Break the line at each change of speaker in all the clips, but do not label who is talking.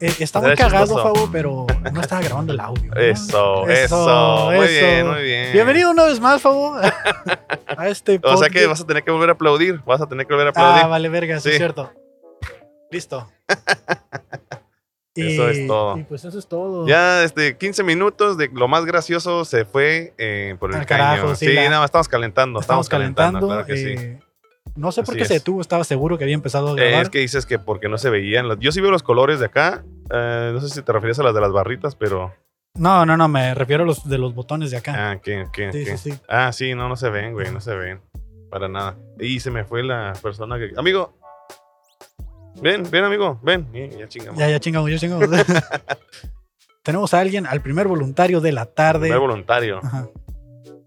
Eh, está muy
Era
cagado,
chistoso.
Fabo, pero no estaba grabando el audio. ¿no?
Eso, eso, Muy bien, muy bien.
Bienvenido una vez más, Fabo, a este
O sea que
podcast.
vas a tener que volver a aplaudir. Vas a tener que volver a
Ah,
aplaudir.
vale, verga, sí,
Sí.
es cierto. Listo.
Eso es todo.
Y pues eso es todo.
ya este 15 minutos de lo más gracioso se fue eh, por el
Al carajo,
caño.
sí,
Sí,
la-
nada, más estamos calentando.
Estamos calentando.
claro que sí.
eh, No sé por
Así
qué se
es.
detuvo, estaba seguro que había empezado a
Eh,
grabar.
es que dices que porque no se veían. las- Yo sí veo los colores de acá. eh, no sé si te refieres a las de las barritas, pero.
No, no, no, me refiero a los de los botones de acá.
Ah, ¿qué, qué,
sí,
qué?
sí, sí.
Ah, sí, no, no se ven, güey, no se ven. Para nada. Y se me fue la persona que. Amigo. Ven, ven, amigo, ven. Y Ya chingamos.
Ya, ya chingamos, ya chingamos. Tenemos a alguien, al primer voluntario de la tarde.
Primer voluntario.
Ajá.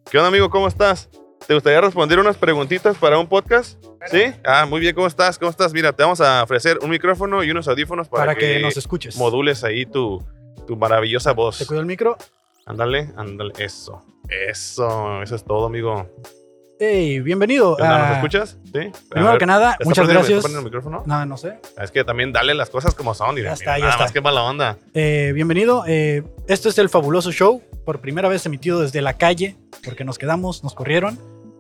¿Qué onda, amigo? ¿Cómo estás? ¿Te gustaría responder unas preguntitas para un podcast? Sí. Ah, muy bien, ¿cómo estás? ¿Cómo estás? Mira, te vamos a ofrecer un micrófono y unos audífonos para,
para, que, nos escuches.
modules ahí tu, tu maravillosa
Te
voz.
cuido el micro.
Ándale, ándale. Eso. Eso, eso es todo, amigo.
Hey, bienvenido.
¿Qué onda? ¿Nos
a-
escuchas? Sí.
Ah. Primero que nada, muchas gracias.
¿Está prendiendo el micrófono?
No, no sé.
Es que también dale las cosas como son. Y
Ya
mira,
está, ya
nada
está.
más que mala onda.
Eh, bienvenido. eh, esto es el fabuloso show, por primera vez emitido desde la calle, porque nos quedamos, nos corrieron.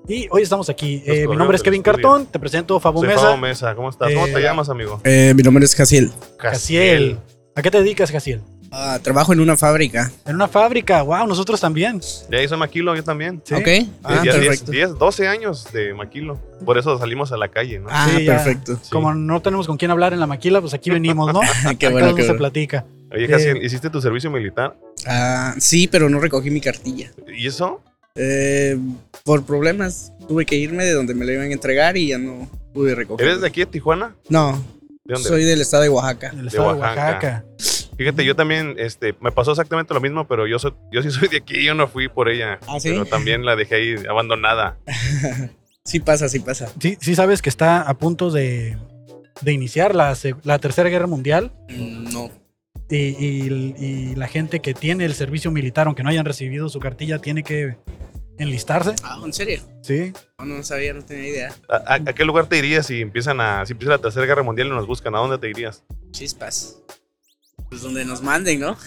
Y hoy estamos aquí. Eh, mi
corrieron
nombre es
del
Kevin
estudio.
Cartón, te presento Fabo
Soy
Mesa.
Fabo Mesa, ¿cómo estás? ¿Cómo
Eh,
te llamas, amigo?
Eh, mi nombre es Casiel.
Jaciel. ¿A qué te dedicas, Jaciel?
Ah, trabajo en una fábrica.
En una fábrica, wow, nosotros también. Sí.
De ahí soy Maquilo, yo también.
¿Ok? Ah,
ya 10,
perfecto.
10, 12 años de Maquilo. Por eso salimos a la calle, ¿no?
Ah,
Sí, ya.
perfecto.
Sí.
Como no tenemos con quién hablar en la maquila, pues aquí venimos, ¿no?
Qué
Acá
bueno,
donde
qué
se
bueno.
platica.
Oye,
eh,
Jaciel, ¿hiciste tu servicio militar?
Ah, sí, pero no recogí mi cartilla.
¿Y eso?
Eh, por problemas tuve que irme de donde me la iban a entregar y ya no pude recoger.
¿Eres de aquí, de Tijuana?
No,
¿De dónde?
soy del estado de Oaxaca.
En el estado de Oaxaca.
Oaxaca. Fíjate, yo también, este, me pasó exactamente lo mismo, pero yo, soy, yo sí soy de aquí, yo no fui por ella.
¿Ah, sí?
Pero también la dejé ahí abandonada.
Sí pasa, sí pasa.
Sí, sí sabes que está a punto de, de iniciar la, se- la Tercera Guerra Mundial
Mm, No.
y, y- y la gente que tiene el servicio militar, aunque no hayan recibido su cartilla, tiene que enlistarse.
Ah, ¿en serio?
Sí.
No, no sabía, no tenía idea.
¿A, a- a qué lugar te irías si empiezan a, si empieza la Tercera Guerra Mundial y nos buscan? ¿A dónde te irías?
Chispas. Pues donde nos manden, ¿no?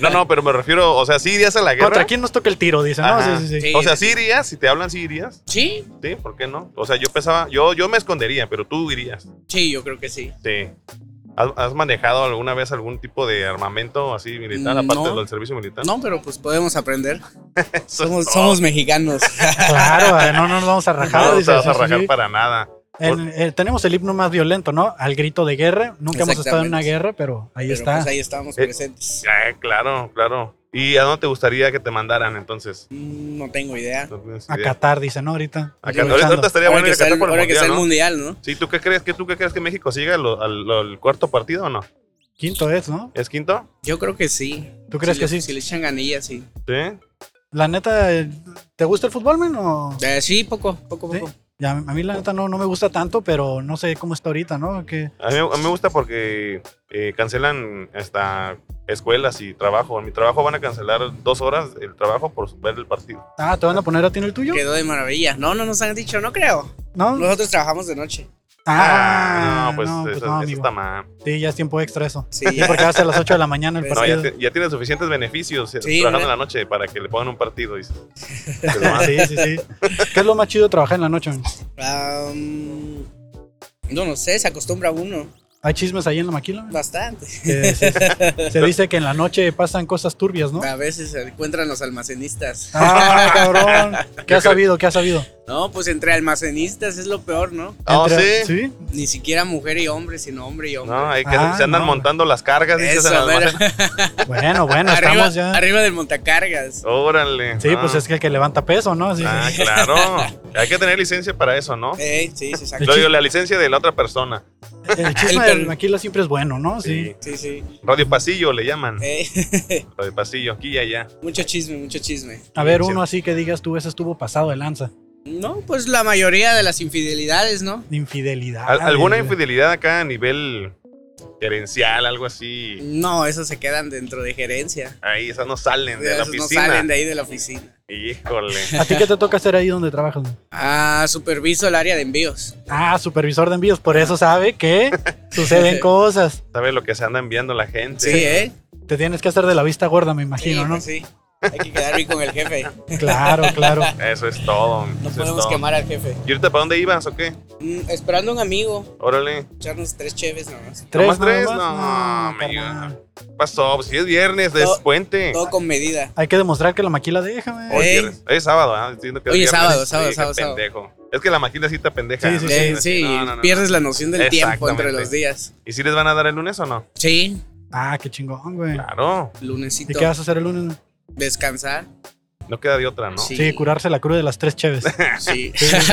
No, no, pero me refiero, o sea, sí irías a la guerra.
¿Contra quién nos toca el tiro? Dicen, ¿no?
Ajá.
Sí, sí, sí.
Sí.
O sea, sí irías, si te hablan, sí irías.
Sí,
Sí, ¿por qué no? O sea, yo pensaba, yo, yo me escondería, pero tú irías.
sí, yo creo que sí.
Sí. este, ¿Has, has manejado alguna vez algún tipo de armamento así militar,
Mm,
aparte
no.
de lo del servicio militar?
No, pero pues podemos aprender.
Eso es
Somos,
todo.
somos mexicanos.
Claro, eh, no, no nos vamos a rajar.
No, no te
dice,
vas
sí,
a
sí,
rajar pues,
sí.
para nada.
En- eh, tenemos el himno más violento, ¿no? Al grito de guerra. Nunca hemos estado en una
Exactamente.
guerra, pero ahí
Pero,
está.
pues ahí estábamos
Eh,
presentes.
Eh, claro, claro. ¿Y a dónde te gustaría que te mandaran entonces?
Mm, No tengo idea.
No tienes
A
idea.
Qatar, dicen, ¿no? Ahorita.
A Qatar. Ahorita, ahorita estaría
Ahora
bueno
que
ir a
está
Qatar
el,
por el
ahora que está
mundial,
el
¿no?
mundial, ¿no?
Sí, ¿tú qué crees? que ¿Tú qué crees que México siga al, al- al cuarto partido o no?
Quinto es, ¿no?
¿Es quinto?
Yo creo que sí.
¿Tú crees
Si
que sí?
le- Si le echan ganillas, sí.
Sí.
La neta, eh, ¿te gusta el fútbol, men? O...
Eh, sí, poco, poco,
¿Sí?
poco.
Ya, a mí la neta no, no me gusta tanto, pero no sé cómo está ahorita, ¿no? Que
A mí, a mí me gusta porque eh, cancelan hasta escuelas y trabajo. En mi trabajo van a cancelar dos horas el trabajo por ver el partido.
Ah, ¿te van a poner a ti en el tuyo?
Quedó de maravilla. No, no nos han dicho, no creo.
¿No?
Nosotros trabajamos de noche.
Ah,
no, pues, eso, eso
amigo.
está mal.
Sí, ya es tiempo extra eso.
Sí,
Sí, porque va a ser a las 8 de la mañana el
No,
No,
partido.
ya, te- ya tiene suficientes beneficios eh,
Sí,
trabajando en
¿verdad?
la noche para que le pongan un partido. dices.
Sí, sí, sí. ¿Qué es lo más chido de trabajar en la noche? men?
Am, no, no sé, se acostumbra uno
¿Hay chismes ahí en la maquila? men?
bastante.
Que se, se- se dice que en la noche pasan cosas turbias, ¿no?
A veces se encuentran los almacenistas.
Ah, cabrón. ¿Qué has sabido? ¿Qué has sabido?
No, pues entre almacenistas es lo peor, ¿no?
Ah,
Entre-
sí.
¿Sí?
Ni siquiera mujer y hombre, sino hombre y hombre.
No, hay que,
Ah,
se andan
no.
montando las cargas, dices, en las
Eso, mira.
almacenes.
Bueno, bueno,
arriba,
estamos ya.
arriba del montacargas.
Órale.
Sí,
ah.
pues es que el que levanta peso, ¿no? Así-
Ah, claro. Hay que tener licencia para eso, ¿no?
Eh, sí, sí, exacto.
Lo digo, la licencia de la otra persona.
El chisme
El per-
de la maquila siempre es bueno, ¿no? Sí.
Sí.
Sí, sí.
Radio Pasillo le llaman.
Eh,
Radio Pasillo, aquí y allá.
mucho chisme, mucho chisme.
A ver,
Sí.
uno así que digas tú, ese estuvo pasado de lanza.
No, pues la mayoría de las infidelidades, ¿no?
Infidelidad.
Al- ¿Alguna infidelidad
infidelidad?
acá a nivel gerencial, algo así.
No, esas se quedan dentro de gerencia.
Ahí esas no salen de la
Esas no
oficina.
salen de ahí de la oficina.
Híjole.
¿A ti qué te toca hacer ahí donde trabajas? güey?
Ah, superviso el área de envíos.
Ah, supervisor de envíos, por eso sabe que suceden cosas.
¿Sabes lo que se anda enviando la gente?
Sí, ¿eh?
Te tienes que hacer de la vista gorda, me imagino,
sí,
¿no?
pues sí. Hay que quedar bien con el jefe.
Claro, claro.
Eso es todo.
No
eso es
podemos
todo.
quemar al jefe.
¿Y ahorita para dónde ibas o qué?
Mm, esperando a un amigo,
Órale.
echarnos tres cheves nomás.
¿Nomás
nada
tres?
más?
No, me
carnal.
ayuda. ¿Qué pasó? Pues si es viernes, es
Todo-
puente.
Todo con medida.
Hay que demostrar que la maquila deja, güey.
Hoy es
Ey.
viernes. Hoy es sábado, ¿ah? Entiendo que
Hoy es
viernes.
sábado, sábado,
qué
sábado, sábado.
pendejo. Es que la maquinacita pendeja.
Sí, sí,
¿no?
Eh,
Así,
sí,
no, no, no.
pierdes la noción del tiempo entre
Exactamente.
los días.
¿Y si les van a dar el lunes o no?
Sí,
Ah, qué chingón, güey.
Claro.
¿Y
lunesito.
qué vas a hacer el lunes?
Descansar.
No queda de otra, ¿no?
Sí,
Sí.
curarse la cruda de las tres cheves.
Sí.
Sí, sí, sí.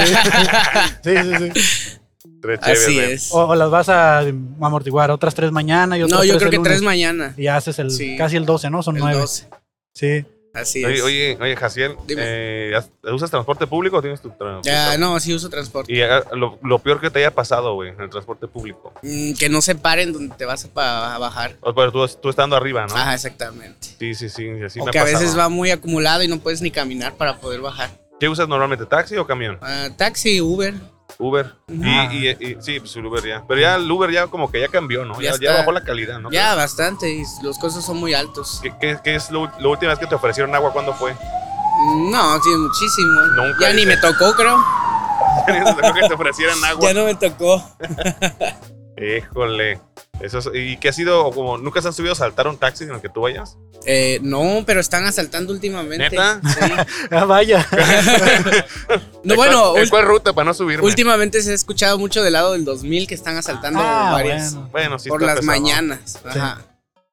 Sí, sí, sí.
Tres chéves,
Así
¿eh?
es.
O, o las vas a amortiguar otras tres mañana y otras
No, yo creo
el
que
lunes.
tres mañana.
Y haces el,
Sí.
casi el 12, ¿no? Son
El
nueve.
12.
Sí.
Así
Oye,
es.
oye, oye, Jaciel,
Dime.
eh, ¿has- ¿usas transporte público o tienes tu transporte?
Ya, no, sí uso transporte.
Y ah, lo, lo peor que te haya pasado, güey, en el transporte público.
Mm, que no se paren donde te vas a, pa- a bajar.
O, pero tú, tú estando arriba, ¿no?
Ajá, exactamente.
Sí, sí, sí, sí, así
o
me ha
que a veces
pasado.
va muy acumulado y no puedes ni caminar para poder bajar.
¿Qué usas normalmente, taxi o camión?
Ah, taxi, Uber.
Uber.
Ah.
Y, y- y- sí, pues el Uber ya. Pero ya el Uber ya como que ya cambió, ¿no?
Ya
Ya, ya
está.
bajó la calidad, ¿no?
Ya, bastante. Y los costos son muy altos.
¿Qué, qué- qué es lo, la última vez que te ofrecieron agua? ¿Cuándo fue?
Mm, No, sí, muchísimo.
Nunca
ya ni
hice.
me tocó, creo.
Creo que te ofrecieran agua.
Ya no me tocó.
Híjole. Eso es- ¿Y qué ha sido? Como, ¿Nunca se han subido a saltar un taxi en el que tú vayas?
Eh, no, pero están asaltando últimamente.
¿Neta?
Sí.
Ah, vaya.
No,
¿En cuál-
bueno,
¿En
ul-
cuál ruta para no subirme?
últimamente se ha escuchado mucho del lado del 2000 que están asaltando
Ah,
varias.
bueno.
Bueno, sí.
por
está
las
pesado.
mañanas. Ajá.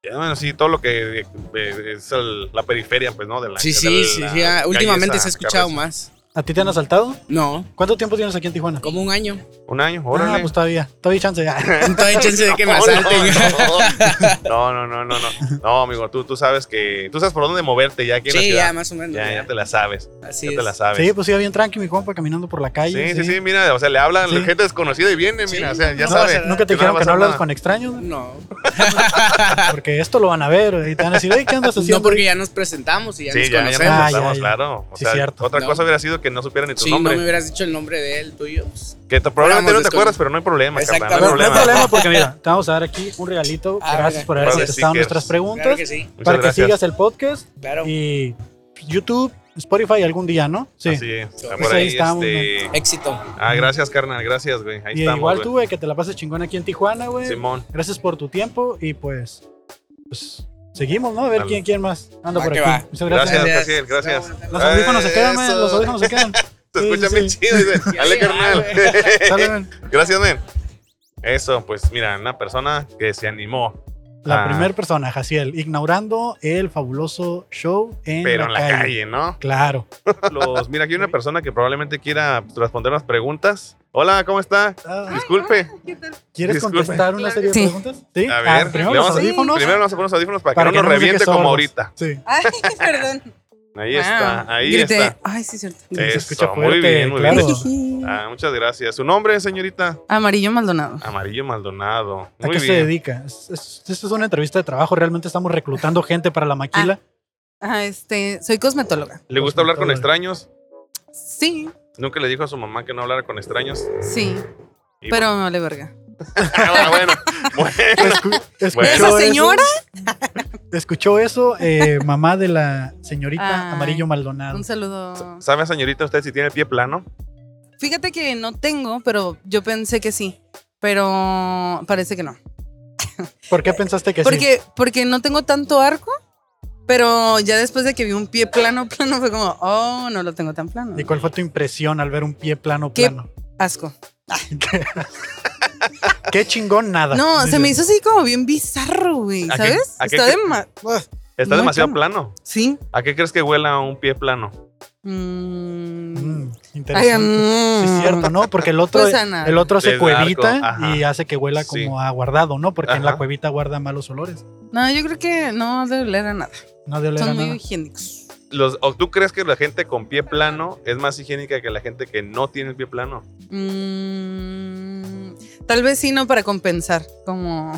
Ya, bueno, sí, todo lo que eh, eh, es el- la periferia, pues, ¿no? De la,
Sí,
de
sí,
la-
sí.
la
sí, ah,
calle
Últimamente
esa,
se ha escuchado
Carranza.
más.
¿A ti te han asaltado?
No,
¿Cuánto tiempo tienes aquí en Tijuana?
como un año.
Un año,
Ah,
órale.
pues todavía. Todavía hay chance. Ah,
Entonces, chance de que me asalten.
No, no, no, no, no. No, no, amigo, tú, tú sabes que. Tú sabes por dónde moverte ya aquí en la
Sí,
ciudad.
ya, más o menos.
Ya, ya te la sabes.
Así
ya
es.
te la sabes.
Sí, pues iba bien tranqui mi compa caminando por la
Sí,
calle.
sí, sí, mira, o sea, le habla a la
Sí.
gente desconocida y viene, mira, o sea, ya
No
sabe.
pasa nada.
Nunca te
le va a
dijeron que no
pasar
hablas
nada.
con extraños,
No,
porque esto lo van a ver y te van a decir, "Ey, ¿qué andas haciendo?
no porque ya nos presentamos y ya
Sí,
nos
ya, ya
conocemos.
nos
Ah,
pasamos,
ya, ya.
claro. O
Sí,
sea,
cierto.
otra
No.
cosa hubiera sido que no supieran ni tu
Sí,
nombre.
no me hubieras dicho el nombre de él, tuyo. pues.
Que te- probablemente no te
Fuéramos
acuerdas, pero no hay problema, carnal, No hay
Pero no hay
problema.
problema porque mira, te vamos a dar aquí un regalito.
Ah,
gracias
mira.
por haber
Vale,
contestado
stickers.
nuestras preguntas.
Claro que sí,
Muchas
para que
gracias.
sigas el podcast
claro.
y YouTube, Spotify algún día, ¿no? Sí.
Así es. Está
Pues
por
ahí
ahí,
estamos,
este-
Éxito.
Ah, gracias, carnal, gracias, güey. Ahí
y
estamos.
igual
güey.
tú, güey, que te la pases chingón aquí en Tijuana, güey.
Simón.
Gracias por tu tiempo y pues, pues seguimos, ¿no? A ver
Dale.
quién, quién más anda
Va
por
que
aquí.
va.
Muchas gracias.
Gracias,
Gracias.
Jaciel, gracias.
Los audífonos se quedan, man,
Eso.
Los audífonos se quedan.
Se
Sí,
escucha
sí,
bien
sí.
chido. Dice, dale,
Ya,
Sale,
carnal.
man.
gracias, men. Eso, pues mira, una persona que se animó,
La
Ah.
primera persona, Jaciel, ignorando el fabuloso show en,
pero
la,
en la
calle.
calle, ¿no?
Claro.
Los, mira, aquí hay una persona que probablemente quiera responder unas preguntas. Hola, ¿cómo está?
Ah,
Disculpe.
Ah,
¿Quieres
Disculpe.
contestar una serie de
Sí.
preguntas? Sí.
A
Ah,
ver,
primero
le
los
vamos a-
audífonos.
primero vamos a poner los audífonos para, que no nos
se quede
reviente como
sordos. Ah,
ahorita.
Sí.
Ay, perdón.
Ahí
Wow.
está, ahí
Grité.
está.
Ay, sí, cierto.
Se
Eso,
escucha
muy
fuerte,
bien, muy
claro.
bien. Ah, muchas gracias. ¿Su nombre, señorita?
Amarillo Maldonado.
Amarillo Maldonado.
¿A
Muy
qué se
bien.
dedica? Es- es- Esto es una entrevista de trabajo. Realmente estamos reclutando gente para la maquila.
Ajá, este, soy cosmetóloga.
Ah, ¿Le gusta hablar con
Cosmetólogo.
extraños?
Sí,
Nunca le dijo a su mamá que no hablara con extraños.
sí,
Y
pero me vale verga.
Ah, bueno, bueno.
Escu- escuchó
¿Esa
eso-
señora?
escuchó eso, eh, mamá de la señorita
Ay,
Amarillo Maldonado.
Un saludo.
¿Sabe, señorita, usted si tiene el pie plano?
Fíjate que no tengo, pero yo pensé que sí. Pero parece que no.
¿Por qué pensaste que sí?
Porque, porque no tengo tanto arco, pero ya después de que vi un pie plano, plano, fue como, oh, no lo tengo tan plano.
¿Y cuál fue tu impresión al ver un pie plano,
¿Qué?
plano?
Asco.
Qué chingón nada.
No,
Dice.
se me hizo así como bien bizarro, güey,
¿A qué-
¿sabes?
a qué
Está
cre-
de ma- Ugh,
Está
Muy
demasiado plano.
Sí.
¿A qué crees que huela un pie plano?
Mm.
Mm,
Ay,
interesante.
mm.
Sí, es cierto, ¿no? Porque el otro,
Pues a nada.
el otro se
Desde arco,
cuevita
ajá.
y hace que huela
Sí.
como a guardado, ¿no? Porque en la
Ajá.
cuevita guarda malos olores.
No, yo creo que no debe oler a nada.
No de oler a
Son muy
nada.
higiénicos.
Los, ¿O tú crees que la gente con pie plano es más higiénica que la gente que no tiene el pie plano?
Mm, tal vez sí, no para compensar. Como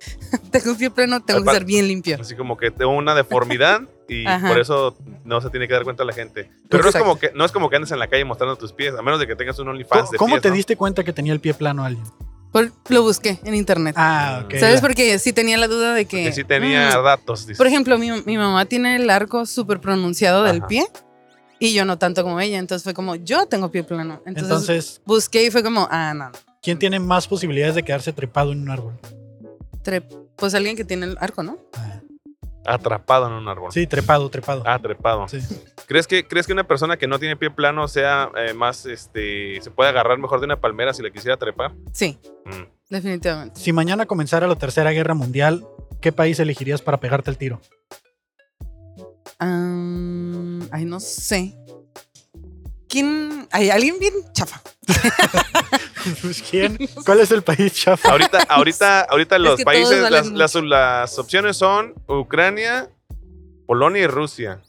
Tengo un pie plano, tengo que
Apar-
estar bien limpio.
Así como que tengo una deformidad y
Ajá.
por eso no se tiene que dar cuenta la gente. Pero no es,
Exacto.
como que, no es como que andes en la calle mostrando tus pies, a menos de que tengas un
¿Cómo,
OnlyFans de
cómo
pies,
te
¿no?
diste cuenta que tenía el pie plano alguien?
Por- Lo busqué en internet.
Ah, ok.
¿Sabes?
ya.
Porque sí tenía la duda de que.
Que sí tenía
mm,
datos. dices.
Por ejemplo, mi, mi mamá tiene el arco súper pronunciado del
Ajá.
pie y yo no tanto como ella. Entonces fue como, yo tengo pie plano. Entonces,
Entonces,
busqué y fue como, ah, no.
¿quién tiene más posibilidades de quedarse trepado en un árbol?
trep- Pues alguien que tiene el arco, ¿no?
Ah,
Atrapado en un árbol.
Sí, trepado, trepado.
Ah, trepado.
Sí.
¿Crees que, ¿Crees que una persona que no tiene pie plano sea eh, más, este, se puede agarrar mejor de una palmera si la quisiera trepar?
Sí,
Mm.
definitivamente.
Si mañana comenzara la tercera guerra mundial, ¿qué país elegirías para pegarte el tiro?
Am, ay, no sé. ¿Quién? Hay alguien bien chafa.
Pues, ¿Quién? ¿Cuál es el país, chafa?
Ahorita, ahorita, ahorita los
que todos
países,
valen
las, las- las opciones son Ucrania, Polonia y Rusia.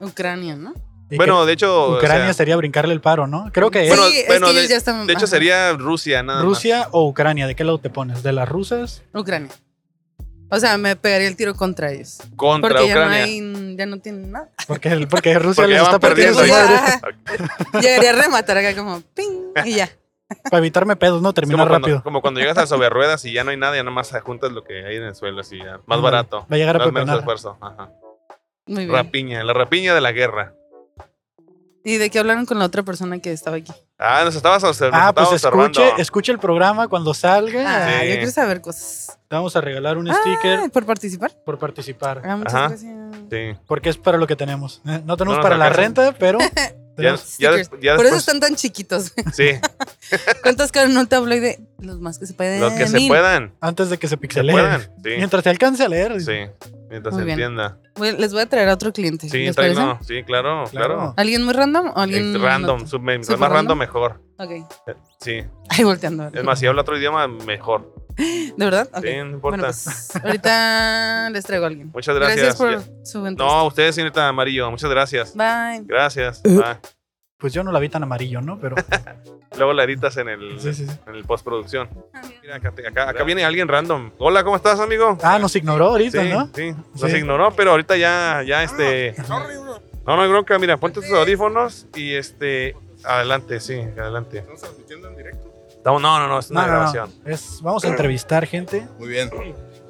Ucrania, ¿no?
Y
Bueno, de
que
hecho, o
Ucrania
sea,
sería brincarle el paro, ¿no? Creo que
Sí,
es
Bueno,
es
bueno,
que ellos
de-
ya están.
de hecho
ajá,
sería Rusia, nada más.
Rusia o Ucrania. ¿De qué lado te pones? ¿De las rusas?
Ucrania. O sea, me pegaría el tiro contra ellos.
contra
Porque ya no,
Ucrania.
hay, ya no tienen nada.
Porque, porque Rusia
Porque
les
ya
está
van perdiendo
perdiendo
Porque
su
ya.
madre.
ya- llegaría a rematar acá como ping y ya.
Para evitarme pedos, no
Es
terminar
como cuando,
rápido.
como cuando llegas a sobre ruedas y ya no hay nada, ya nada más juntas lo que hay en el suelo, así ya. Más
Ándale.
barato.
Va a llegar a
das menos
pepenar.
esfuerzo. Ajá.
Muy bien.
Rapiña, la rapiña de la guerra.
¿Y de qué hablaron con la otra persona que estaba aquí?
Ah, nos estabas observ- nos
Ah,
estabas
pues
observando.
escuche, escuche el programa cuando salga.
Ah,
Sí.
yo quiero saber cosas.
Te vamos a regalar un
Ah. Ay,
sticker
¿Por participar?
por participar.
Ah, muchas
Ajá.
gracias.
Sí.
Porque es para lo que tenemos. Eh, No tenemos
No nos
para la
alcanza.
renta, pero
Ya,
tenemos-
ya
Stickers.
des- ya
Por eso
después.
están tan chiquitos.
Sí,
¿Cuántas quedan en un tabloide? Los más que se pueden.
los que se puedan.
antes de que se
Se
pixeleen.
puedan. Sí.
Mientras se alcance a leer.
Sí. Mientras
Muy
se
bien.
entienda.
Voy- les voy a traer a otro cliente.
Sí,
¿les
trae-
parece?
no, sí, claro, claro.
Claro.
¿Alguien muy random o
Eh,
alguien
Random,
no?
sub- mientras
¿Súper
más random
random?
mejor.
Ok.
Sí.
Ahí volteando.
Es más, si habla otro idioma, mejor.
¿De verdad? Ok.
Sí, no importa.
Bueno, pues ahorita les traigo a alguien.
Muchas
Gracias,
gracias.
por
Ya-
su entrevista.
No, ustedes, señorita Amarillo, muchas gracias.
Bye.
Gracias.
Eh.
Ujú.
Ah,
Pues yo no la vi tan amarillo, ¿no? Pero
luego la editas en el,
sí, sí, sí.
en el postproducción.
Ah,
Mira, acá, te- acá- acá viene alguien random. Hola, ¿cómo estás, amigo?
Ah, nos ignoró ahorita,
sí,
¿no?
sí, nos
Sí.
ignoró, pero ahorita ya, ya este.
Ah,
Sorry, bro.
No, no hay bronca, mira, ponte tus audífonos y este. Adelante, sí, adelante.
¿Estamos transmitiendo en directo?
Estamos- No, no, no, es una
No, no, no.
grabación.
Es, vamos a entrevistar gente.
Muy bien.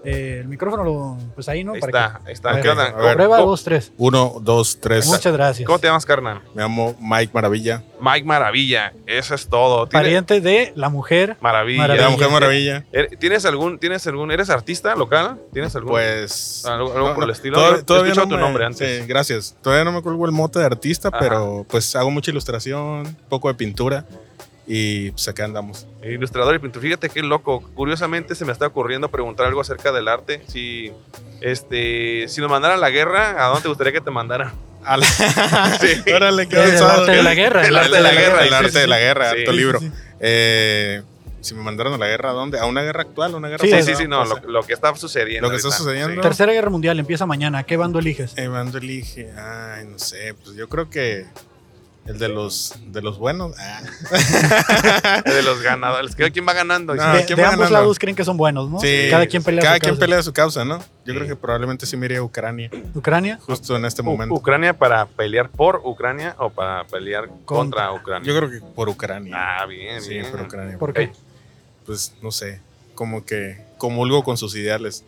Eh, el micrófono, lo, pues ahí, ¿no?
Ahí
Para
está, ahí está.
A
¿Qué
ver,
onda?
a
que-
ver.
Prueba
¿Cómo,
dos, tres.
Uno, dos, tres.
Muchas gracias.
cómo te llamas, carnal?
Me llamo Mike Maravilla.
Mike Maravilla, eso es todo. Tiene-
Pariente de la mujer.
Maravilla.
Maravilla.
La mujer maravilla.
Eh, ¿Tienes algún, tienes algún, eres artista local? ¿Tienes algún?
Pues.
Algo- algo Ah, por el estilo.
toda-
Yo- yo he escuchado tu
me-
nombre antes.
Sí, gracias. Todavía no me cuelgo el mote de artista,
Ajá.
pero pues hago mucha ilustración, poco de pintura y pues acá andamos.
Ilustrador y pintor. Fíjate qué loco. Curiosamente se me está ocurriendo preguntar algo acerca del arte. Si, este, si nos mandaran a la guerra, ¿a dónde te gustaría que te mandaran?
A la-
Sí.
Órale, qué
El
avanzado.
arte de la guerra.
El arte de la guerra,
El
sí,
arte
sí,
de la
sí.
guerra,
Sí.
harto
Sí,
libro.
sí, sí.
Eh, si me mandaron a la guerra, ¿a dónde? ¿A una guerra actual? ¿A una guerra
Sí,
Sí,
pasada?
sí, sí, no,
O sea,
lo, lo que está sucediendo.
Lo que está
ahorita.
sucediendo.
Sí.
Tercera guerra mundial empieza mañana. ¿Qué bando eliges?
Eh, Bando elige, ay, no sé, pues yo creo que el de los de los buenos. Ah,
De los ganadores. ¿Qué- ¿Quién va ganando?
No,
de
¿quién
de
va
ambos
ganando?
lados creen que son buenos, ¿no?
sí,
cada quien pelea
cada
su
quien
causa.
pelea su causa, ¿no?
Sí.
Yo creo que probablemente sí me iría a Ucrania
Ucrania.
justo en este
U-
momento.
Ucrania para pelear por Ucrania o para pelear contra,
Contra.
Ucrania.
yo creo que por Ucrania.
Ah, bien,
sí,
bien.
por Ucrania.
¿Por qué?
Pues no sé, como que comulgo con sus ideales.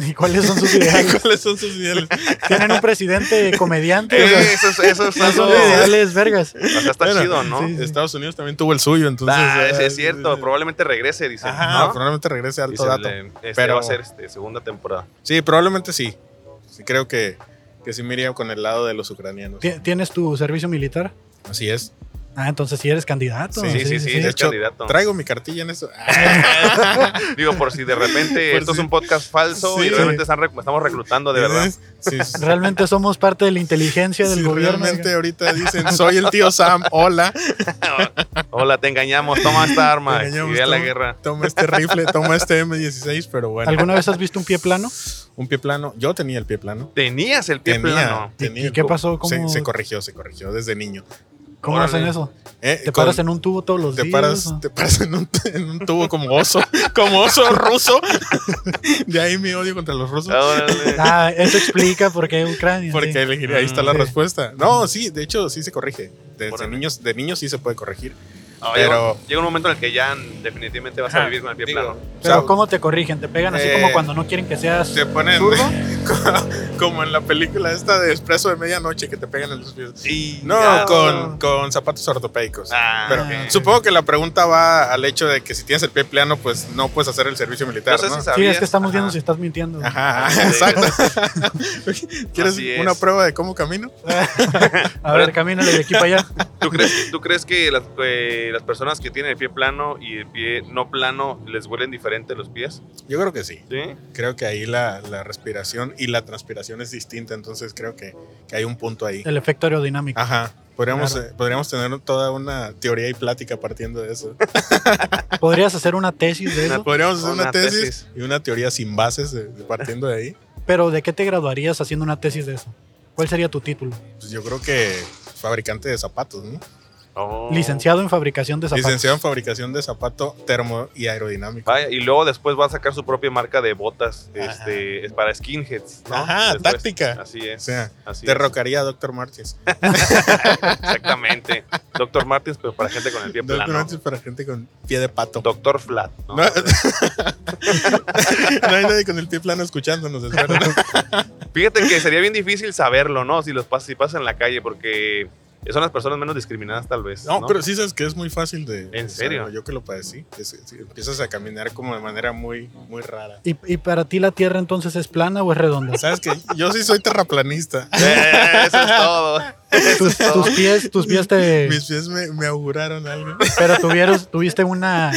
¿Y cuáles son sus ideales?
¿Cuáles son sus ideales?
¿Tienen un presidente comediante? O sea,
Eh, eso, es- eso es
¿cuáles
algo.
son los ideales, vergas.
O sea, está
Bueno,
chido, ¿no?
sí, sí.
Estados Unidos también tuvo el suyo, entonces.
Ah,
eh,
ese es cierto.
sí, sí.
Probablemente regrese, dicen.
Ajá,
¿no?
probablemente regrese alto
Dicen,
dato.
eh, este
pero-
va a ser este, segunda temporada.
Sí, probablemente sí. Sí, creo que, que sí me iría con el lado de los ucranianos.
Ti- ¿Tienes tu servicio militar?
Así es.
Ah, entonces sí eres candidato.
Sí,
Sí, sí, sí,
De
es
hecho,
candidato.
Traigo mi cartilla en eso.
Digo, por si de repente
Por
esto
si-
es un podcast falso
Sí.
y realmente están rec- estamos reclutando de verdad.
Sí, sí, sí.
Realmente somos parte de la inteligencia del
Si
gobierno.
realmente ahorita dicen, soy el tío Sam, hola,
Hola, te engañamos, toma esta arma
Te engañamos,
y ve a la
toma.
guerra.
toma este rifle, toma este M16, pero bueno.
¿Alguna vez has visto un pie plano?
Un pie plano, yo tenía el pie plano.
Tenías el pie
Tenía,
plano.
¿Y-
tenía
y
el
qué
pie-
pasó? ¿Cómo-
Se, se corrigió, se corrigió desde niño.
¿Cómo
Órale.
hacen eso?
Eh,
¿Te
con-
paras en un tubo todos los
te
días?
paras,
o?
te paras en, un, en un tubo como oso, como oso ruso. De ahí mi odio contra los rusos.
Órale.
Ah, eso explica por qué Ucrania.
Porque
sí. Mm.
elegir- ahí está la
Sí.
respuesta. No, sí, de hecho sí se corrige. Desde
Órale.
niños, de niños sí se puede corregir.
No,
Pero-
llega, llega un momento en el que ya definitivamente vas a
Ajá,
vivir con el pie
digo,
plano.
Pero
o sea,
¿cómo te corrigen? ¿Te pegan así
eh,
como cuando no quieren que seas
Eh,
se ponen
zurdo?
como en la película esta de Expreso de Medianoche que te pegan en los pies.
Sí,
No,
ya,
con, con zapatos ortopédicos.
Ah,
Pero
ok.
supongo que la pregunta va al hecho de que si tienes el pie plano, pues no puedes hacer el servicio militar,
No sé
¿no?
si
Sí,
sabías.
es que estamos viendo
ajá.
si estás mintiendo.
Ajá, ajá,
Sí.
exacto. ¿Quieres
Así es.
una prueba de cómo camino?
A ver, camínale de aquí para allá.
¿Tú crees, ¿Tú crees que las, que las personas que tienen el pie plano y el pie no plano les huelen diferente los pies?
Yo creo que sí.
Sí.
Creo que ahí la, la respiración y la transpiración es distinta, entonces creo que, que hay un punto ahí.
El efecto aerodinámico.
Ajá. Podríamos,
Claro.
eh, podríamos tener toda una teoría y plática partiendo de eso.
Podrías hacer una tesis de eso,
Podríamos hacer
Una
una, tesis,
tesis.
y una teoría sin bases de- de partiendo de ahí.
pero ¿de qué te graduarías haciendo una tesis de eso? ¿Cuál sería tu título?
Pues yo creo que fabricante de zapatos, ¿no?
Oh.
Licenciado en fabricación de zapatos.
Licenciado en fabricación de zapato termo y aerodinámico.
Vaya, y luego después va a sacar su propia marca de botas este, es para skinheads. ¿no?
Ajá,
Después.
táctica.
Así
O
es.
sea,
Así es.
derrocaría a Dr. Martins.
Exactamente. Doctor Martins, pero para gente con el pie
Dr.
plano.
Martins para gente con pie de pato.
Doctor Flat. ¿no?
No, No hay nadie con el pie plano escuchándonos. espero.
Fíjate que sería bien difícil saberlo, ¿no? Si los pas- si pasas en la calle, porque son las personas menos discriminadas, tal vez.
No,
No,
pero sí sabes que es muy fácil de...
¿En
saberlo.
serio?
Yo que lo padecí. es- es- empiezas a caminar como de manera muy, muy rara.
¿Y, y para ti la Tierra entonces es plana o es redonda?
Sabes que yo sí soy terraplanista.
Eh, eso es todo. Eso
Tus,
es todo.
tus pies, tus pies te...
Mis pies me, me auguraron algo.
Pero tuvieron, tuviste una...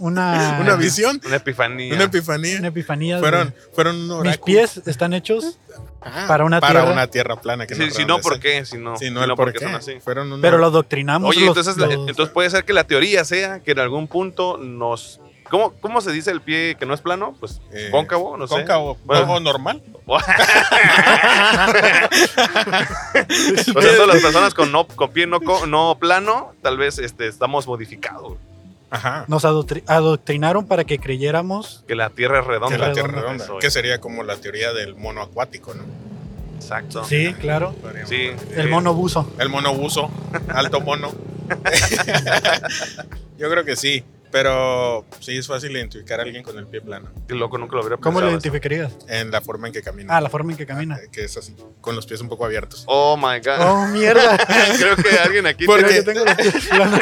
Una,
Una visión,
Una epifanía.
una epifanía.
una epifanía. de-
Fueron, fueron un
Mis
oráculo.
pies están hechos,
Ah,
para una
para
tierra.
una tierra plana. Que
Sí, si no, ¿por
redondece.
qué? Si no,
Sí,
si
no, el
no,
por
¿por
qué.
qué son así?
Fueron una-
pero lo doctrinamos.
Oye,
los-
entonces, la-
los-
entonces puede ser que la teoría sea que en algún punto nos... ¿Cómo, cómo se dice el pie que no es plano? Pues
eh,
cóncavo, no sé.
cóncavo. pues,
Bueno.
o normal.
o sea, todas las personas con, no, con pie no, co- no plano, tal vez este, estamos modificados.
Ajá.
Nos adoctri- adoctrinaron para que creyéramos
Que la Tierra es
que
redonda.
la
redonda.
tierra redonda.
Eso es.
Que sería como la teoría del mono acuático, ¿no?
Exacto.
Sí, claro.
Podríamos
Sí.
decir.
el monobuso.
eh. El mono buzo. Alto mono. Yo creo que sí. Pero sí es fácil identificar a alguien con el pie plano.
Qué loco, nunca lo hubiera
¿Cómo lo
pensado.
identificarías?
En la forma en que camina.
Ah, la forma en que camina.
Eh, Que es así. Con los pies un poco abiertos.
Oh, my
Ah,
God.
Oh, mierda.
Creo que alguien aquí...
Porque-
Pero yo tengo los pies planos.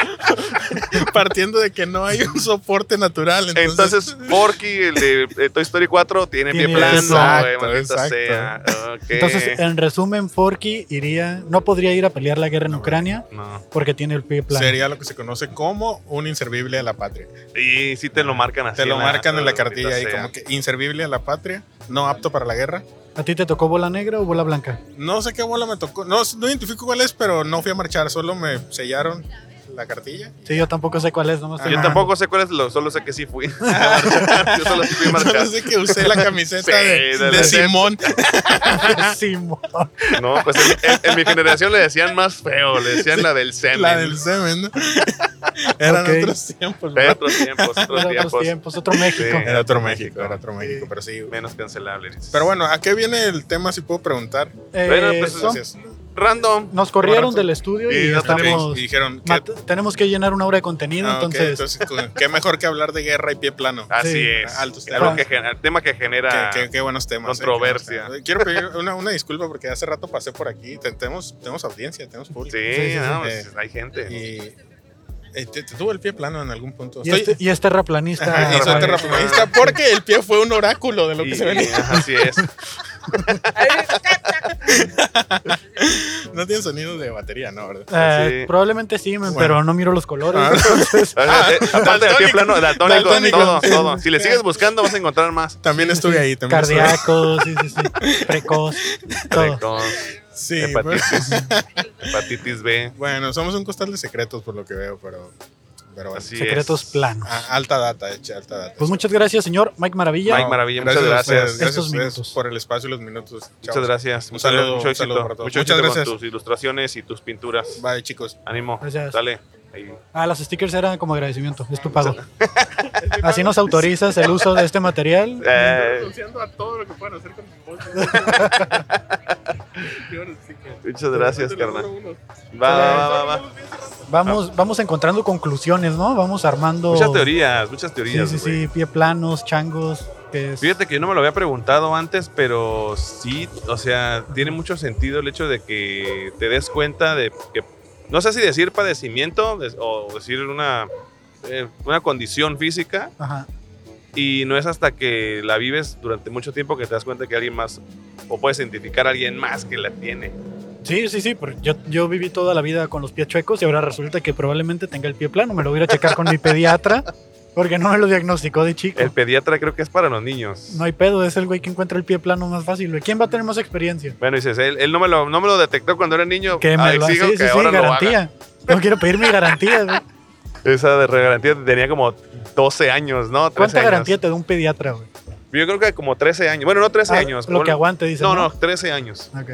Partiendo de que no hay un soporte natural.
Entonces, Porky, el de eh, Toy Story 4, tiene,
Tiene-
pie plano, güey,
Exacto,
maldita
exacto. eh,
sea. Ok.
Entonces, en resumen, Forky iría, no podría ir a pelear la guerra en
No,
Ucrania
No.
porque tiene el pie plano.
Sería lo que se conoce como un inservible a la patria.
Y sí te lo marcan así.
Te lo marcan en la
maldita
cartilla ahí
sea.
como que inservible a la patria, no apto para la guerra.
¿A ti te tocó bola negra o bola blanca?
No sé qué bola me tocó, no, no identifico cuál es, pero no fui a marchar, solo me sellaron la cartilla.
Sí, yo tampoco sé cuál es, nomás estoy
Yo
mamando.
tampoco sé cuál es, lo, solo sé que sí fui. Yo solo sí fui
Solo
marcado.
sé que usé la camiseta
Sí,
de,
de
de
la-
Simón.
Simón.
No, pues en, en- en mi generación le decían más feo, le decían la del semen.
La del semen. ¿no? Eran
Ok.
otros tiempos.
Pero
¿verdad?
otros tiempos, otros
Era
tiempos.
otros tiempos, otro México.
Sí.
Era otro México, era otro México, pero sí.
Menos cancelable. dices.
Pero bueno, ¿a qué viene el tema si puedo preguntar?
Eh,
Bueno, pues,
son-
Gracias.
Random.
nos corrieron
Correcto.
del estudio
Y
y,
no
estamos...
Ok, Y dijeron, ¿qué-
mat- tenemos que llenar una hora de contenido,
Ah, ok,
entonces...
entonces, qué mejor que hablar de guerra y pie plano.
Así
Sí.
es.
Altos
Es lo
temas.
que genera- el tema que genera.
Qué, qué- qué buenos temas. eh,
Controversia.
que- Quiero pedir una, una disculpa porque hace rato pasé por aquí. Te- Tenemos, tenemos audiencia, tenemos público.
Sí,
Sí, sí,
no,
sí.
pues, hay gente.
Y eh, te, te tuvo el pie plano en algún punto.
Y,
Estoy-
este, y es terraplanista.
Ah,
Ajá, y soy
Rafael.
terraplanista porque el pie fue un oráculo de lo que
Y-
se venía.
ajá, Así es.
No tiene sonido de batería, ¿no? ¿Verdad?
Eh,
Sí.
Probablemente sí, men,
Bueno.
pero no miro los colores.
Ah.
entonces-
Eh, Aparte del pie
Daltónico.
plano, daltónico,
Daltónico.
todo, todo. Si le sigues buscando, vas a encontrar más.
También estuve ahí. También estuve ahí.
Cardíaco, sí, sí, sí. Precoz. Todo.
Con
Sí,
hepatitis,
pues,
hepatitis B.
bueno, somos un costal de secretos por lo que veo, pero Pero bueno.
Así
Secretos
es.
planos.
A- alta data, hecha, alta data.
Pues muchas gracias, señor Mike Maravilla.
Mike Maravilla, muchas
a
gracias.
ustedes,
Estos
a ustedes
minutos.
Por el espacio y los minutos. Chavos.
Muchas gracias.
Un
Muchas gracias,
saludo,
mucho
un saludo
éxito.
para todos.
Mucho
Muchas
éxito con
gracias.
tus ilustraciones y tus pinturas.
Bye, chicos.
Ánimo.
Gracias.
Dale. Ahí.
Ah, los stickers eran como agradecimiento. Es tu pago. Así nos autorizas el uso de este material.
Eh,
renunciando a todo lo que puedan hacer con mi voz.
muchas gracias, carnal. Va, va, va, va.
Vamos, vamos encontrando conclusiones, ¿no? Vamos armando.
Ah. Muchas teorías, muchas teorías.
Sí, sí,
güey.
sí. Pie planos, changos. Que es-
Fíjate que yo no me lo había preguntado antes, pero sí, o sea, tiene mucho sentido el hecho de que te des cuenta de que, no sé si decir padecimiento des- o decir una, eh, una condición física,
Ajá.
y no es hasta que la vives durante mucho tiempo que te das cuenta que alguien más, o puedes identificar a alguien más que la tiene.
Sí, sí, sí. porque Yo, yo viví toda la vida con los pies chuecos y ahora resulta que probablemente tenga el pie plano. Me lo voy a ir a checar con mi pediatra porque no me lo diagnosticó de chico.
El pediatra creo que es para los niños.
No hay pedo, es el güey que encuentra el pie plano más fácil. güey. ¿Quién va a tener más experiencia?
Bueno, dices, él, él no, me lo, no me lo detectó cuando era niño.
Que
ah,
me lo hace.
exijo
Sí,
que
sí, sí,
ahora lo haga.
garantía. No quiero pedir mi garantía. güey.
Esa de garantía tenía como 12 años, ¿no? 13
¿Cuánta
años.
garantía te da un pediatra, güey?
Yo creo que como 13 años. Bueno, no 13
Ah,
años.
Lo que
ponle-
aguante, dice.
no, no, 13 años.
Ok, ok.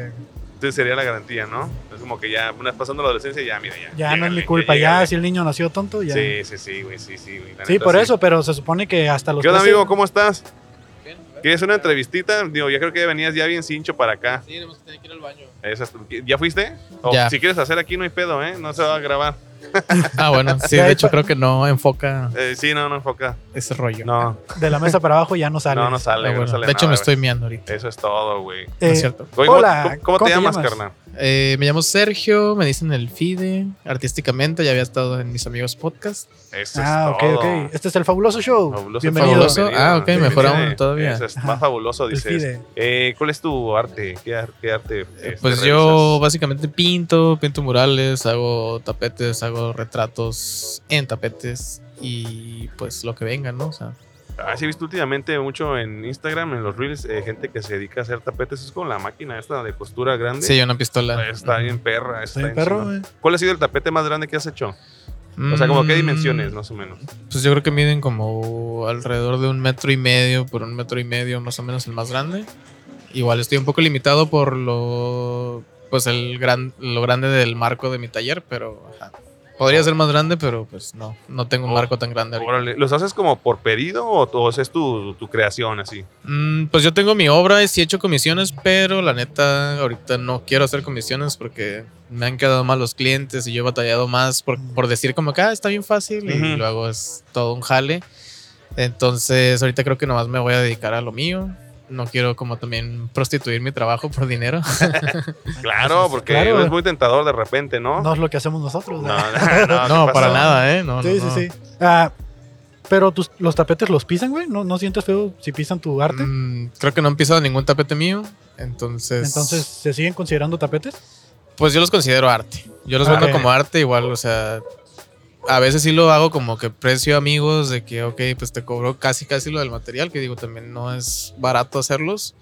Entonces sería la garantía, ¿no? Es como que ya, una vez pasando la adolescencia, ya, mira, ya.
Ya no es
llégale,
mi culpa, ya,
llégale.
si el niño nació tonto, ya. Sí,
Sí, sí, sí, güey, sí, sí, güey. la neta,
por
sí.
eso, pero se supone que hasta los.
¿Qué onda,
13
amigo? ¿Cómo estás? ¿Quieres una entrevistita? Digo, ya creo que venías ya bien cincho para acá.
Sí, tenemos que tener que ir al baño.
Esa- ¿Ya fuiste? O
Ya.
si quieres hacer aquí, no hay pedo, ¿eh? No se va a grabar.
Ah, bueno, sí,
Ya,
de hecho
pa-
creo que no enfoca
Eh, sí, no, no enfoca.
ese rollo.
No,
de la mesa para abajo ya no sale.
no, no
Ah,
sale,
bueno,
no sale
de hecho,
nada,
me
güey.
estoy miando ahorita.
Eso es todo, güey.
No
Eh,
es cierto.
Oye,
Hola,
¿cómo, cómo te
¿cómo te
llamas,
llamas?
carnal?
Eh, me llamo Sergio, me dicen el FIDE. Artísticamente ya había estado en mis amigos podcast.
Eso
ah,
es
ok,
todo.
ok. Este es el fabuloso show.
Fabuloso,
Bienvenido.
Fabuloso. Ah, ok, mejor
Bienvenido.
aún todavía.
Eso es
Ajá. Pues
más fabuloso,
El
dices.
FIDE.
Eh, ¿Cuál es tu arte? ¿Qué, ar- qué arte? este,
Pues yo
realizas?
básicamente pinto, pinto murales, hago tapetes, hago retratos en tapetes y pues lo que venga, ¿no? O sea,
Ah, sí, he visto últimamente mucho en Instagram, en los reels, eh, gente que se dedica a hacer tapetes. Es con la máquina esta de costura grande.
sí, una pistola.
Está bien perra. Está
Soy
bien
un perro, eh.
chingón.
güey.
¿Cuál ha sido el tapete más grande que has hecho? O sea, como qué
Mm,
dimensiones, más o menos.
Pues yo creo que miden como alrededor de un metro y medio por un metro y medio, más o menos el más grande. Igual estoy un poco limitado por lo pues el gran lo grande del marco de mi taller, pero ajá. podría ser más grande, pero pues no, no tengo un
Oh,
marco tan grande. ahorita.
Órale, ¿Los haces como por pedido o, o es tu, tu creación así?
Mm, pues yo tengo mi obra y sí he hecho comisiones, pero la neta ahorita no quiero hacer comisiones porque me han quedado mal los clientes y yo he batallado más por, por decir como que "Ah, está bien fácil
Ujú.
y luego es todo un jale. Entonces ahorita creo que nomás me voy a dedicar a lo mío. No quiero como también prostituir mi trabajo por dinero.
Claro, porque
pues claro.
es muy tentador de repente, ¿no?
No es lo que hacemos nosotros. güey.
no,
no,
¿qué
para
pasó?
nada, ¿eh? No,
sí,
no, no.
sí, sí. Ah, pero tus, los tapetes los pisan, güey. ¿No, ¿No sientes feo si pisan tu arte?
Mm, creo que no han pisado ningún tapete mío. Entonces...
Entonces, ¿se siguen considerando tapetes?
Pues yo los considero arte. Yo los
Ah,
vendo
ok.
como arte igual, o sea, a veces sí lo hago como que precio amigos de que, ok, pues te cobro casi casi lo del material, que digo, también no es barato hacerlos.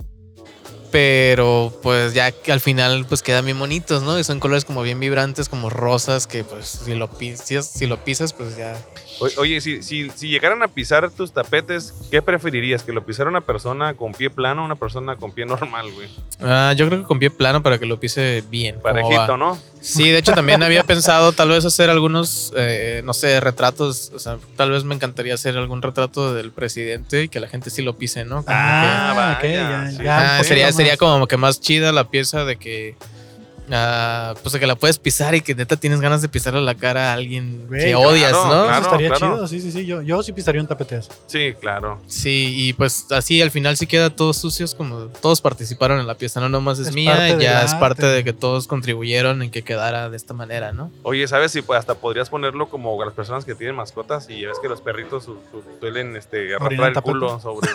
Pero pues ya que al final pues quedan bien bonitos, ¿no? Y son colores como bien vibrantes, como rosas, que pues si lo pisas, si lo pisas pues ya...
O- Oye, si, si, si llegaran a pisar tus tapetes, ¿qué preferirías? ¿Que lo pisara una persona con pie plano o una persona con pie normal, güey?
Ah, yo creo que con pie plano para que lo pise bien. como va.
Parejito, ¿no?
Sí, de hecho también había pensado tal vez hacer algunos, eh, no sé, retratos. O sea, tal vez me encantaría hacer algún retrato del presidente y que la gente sí lo pise, ¿no? Como
Ah, vaya,
ok, ya,
sí.
que-
ya,
Ajá,
un poquito
Ah, sería,
más.
sería como que más chida la pieza de que, ah, pues de que la puedes pisar y que neta tienes ganas de pisarle la cara a alguien
Güey,
que
claro,
odias, Ah, ¿no?
Eso
Claro,
estaría
claro.
chido, sí, sí, sí. Yo, yo sí pisaría un tapete así.
Sí, claro.
Sí, y pues así al final sí queda todos sucios, como todos participaron en la pieza, no nomás es,
Es parte
mía,
del
ya es
arte.
parte de que todos contribuyeron en que quedara de esta manera, ¿no?
Oye, ¿sabes si pues, hasta podrías ponerlo como a las personas que tienen mascotas y ya ves que los perritos su- su- suelen este,
Orinar
arrastrar el este,
tapete.
culo sobre...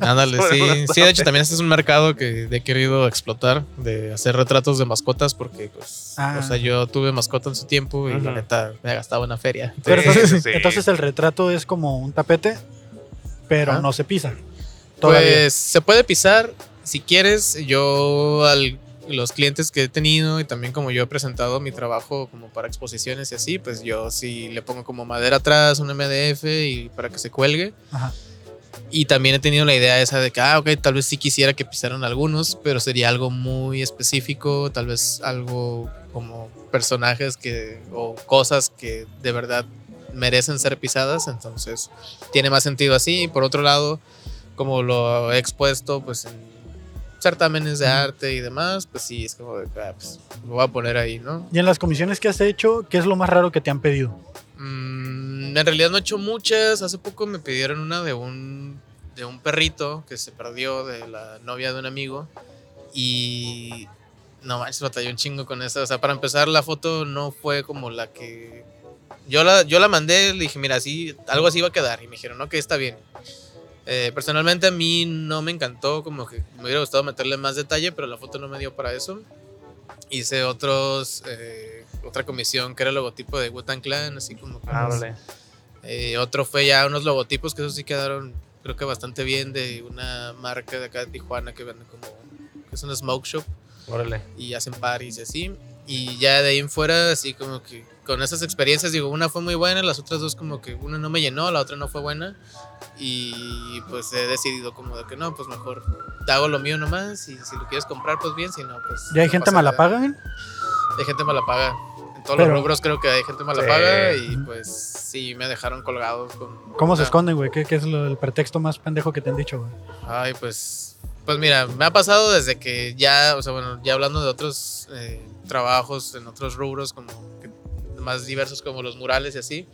Ándale,
Sobre los
sí. Sí, de hecho también este es un mercado que he querido explotar, de hacer retratos de mascotas, porque pues,
Ah.
o sea, yo tuve mascota en su tiempo y la
Ajá.
neta me gastaba una feria.
Pero
Sí,
entonces,
sí.
entonces el retrato es como un tapete, pero
Ajá.
no se pisa. Todavía.
Pues se puede pisar, si quieres, yo al los clientes que he tenido y también como yo he presentado mi trabajo como para exposiciones y así, pues yo sí le pongo como madera atrás, un MDF y para que se cuelgue.
Ajá.
Y también he tenido la idea esa de que, ah, ok, tal vez sí quisiera que pisaran algunos, pero sería algo muy específico, tal vez algo como personajes que, o cosas que de verdad merecen ser pisadas, entonces tiene más sentido así. Por otro lado, como lo he expuesto, pues en certámenes de arte y demás, pues sí, es como de, ah, pues lo voy a poner ahí, ¿no?
Y en las comisiones que has hecho, ¿qué es lo más raro que te han pedido?
Mm, en realidad no he hecho muchas. Hace poco me pidieron una de un, de un perrito que se perdió de la novia de un amigo. Y no manches, batallé un chingo con esa. O sea, para empezar, la foto no fue como la que. Yo la, yo la mandé, le dije, mira, así, algo así va a quedar. Y me dijeron, ok, está bien. Eh, personalmente a mí no me encantó, como que me hubiera gustado meterle más detalle, pero la foto no me dio para eso. Hice otros, eh, otra comisión que era el logotipo de Wutan Clan, así como que
Ah,
unos-
vale.
eh, otro fue ya unos logotipos que esos sí quedaron, creo que bastante bien, de una marca de acá de Tijuana que vende como. que es un smoke shop
Órale.
y hacen parties y así. Y ya de ahí en fuera, así como que con esas experiencias, digo, una fue muy buena, las otras dos como que una no me llenó, la otra no fue buena. Y pues he decidido como de que no, pues mejor te hago lo mío nomás y si lo quieres comprar, pues bien, si no, pues...
¿Ya hay
no
gente
pasa nada.
malapaga? ¿eh?
Hay gente malapaga. En todos
Pero-
los rubros creo que hay gente malapaga y pues sí, me dejaron colgado con...
¿Cómo se
una-
esconden, güey? ¿Qué, qué es lo- el pretexto más pendejo que te han dicho, güey?
Ay, pues, pues mira, me ha pasado desde que ya, o sea, bueno, ya hablando de otros eh, trabajos en otros rubros como que más diversos como los murales y así,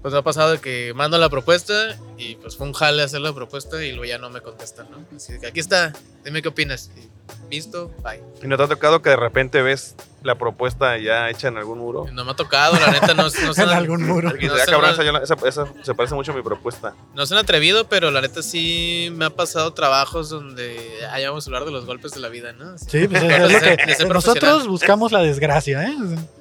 pues me ha pasado de que mando la propuesta y pues fue un jale hacer la propuesta y luego ya no me contestan, ¿no? Así que aquí está, dime qué opinas. Y, Listo, bye.
¿Y no te ha tocado que de repente ves la propuesta ya hecha en algún muro?
No me ha tocado, la neta, no, no se
en
han-
algún muro.
Alguien
No
dirá,
sé,
cabrón,
no-
esa, yo la- esa- esa se parece mucho a mi propuesta.
No se han atrevido, pero la neta sí me ha pasado trabajos donde ah, ya vamos a hablar de los golpes de la vida, ¿no? Así,
Sí, pues es-
Pero
es lo
ese- ese
que nosotros
profesional.
buscamos la desgracia, ¿eh?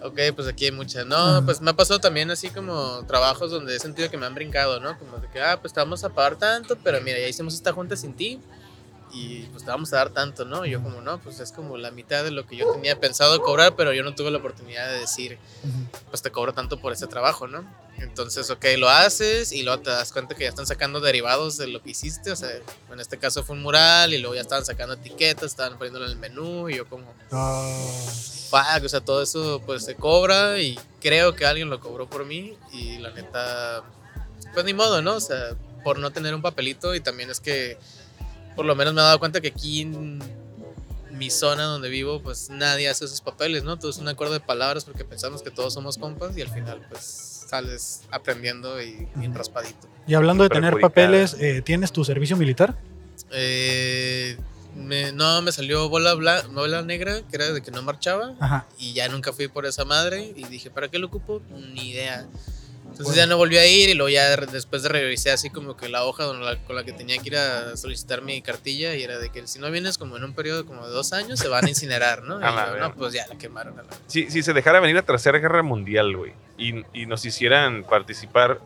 Ok, pues aquí hay muchas. No,
Ajá.
pues me ha pasado también así como trabajos donde he sentido que me han brincado, ¿no? Como de que, ah, pues te vamos a pagar tanto, pero mira, ya hicimos esta junta sin ti y pues te vamos a dar tanto, ¿no? Y yo como, no, pues es como la mitad de lo que yo tenía pensado cobrar, pero yo no tuve la oportunidad de decir, pues te cobro tanto por ese trabajo, ¿no? Entonces, ok, lo haces y luego te das cuenta que ya están sacando derivados de lo que hiciste, o sea, en este caso fue un mural y luego ya estaban sacando etiquetas, estaban poniéndolo en el menú y yo como, fuck, o sea, todo eso pues se cobra y creo que alguien lo cobró por mí y la neta, pues ni modo, ¿no? O sea, por no tener un papelito y también es que por lo menos me he dado cuenta que aquí en mi zona donde vivo pues nadie hace esos papeles, ¿no? Todo es un acuerdo de palabras porque pensamos que todos somos compas y al final pues sales aprendiendo y bien raspadito.
Y hablando de tener
Perjudicada.
papeles, eh, ¿tienes tu servicio militar?
Eh, me- no, me salió bola, bla- bola negra, que era de que no marchaba
Ajá.
y ya nunca fui por esa madre y dije, ¿para qué lo ocupo? Ni idea. Entonces ya no volví a ir y luego ya re- después revisé así como que la hoja con la, con la que tenía que ir a solicitar mi cartilla y era de que si no vienes como en un periodo como de dos años se van a incinerar, ¿no? Y
A la
yo,
verga.
no, pues ya la quemaron a la verga.
Si, si se dejara venir la Tercera Guerra Mundial, güey, y, y nos hicieran participar,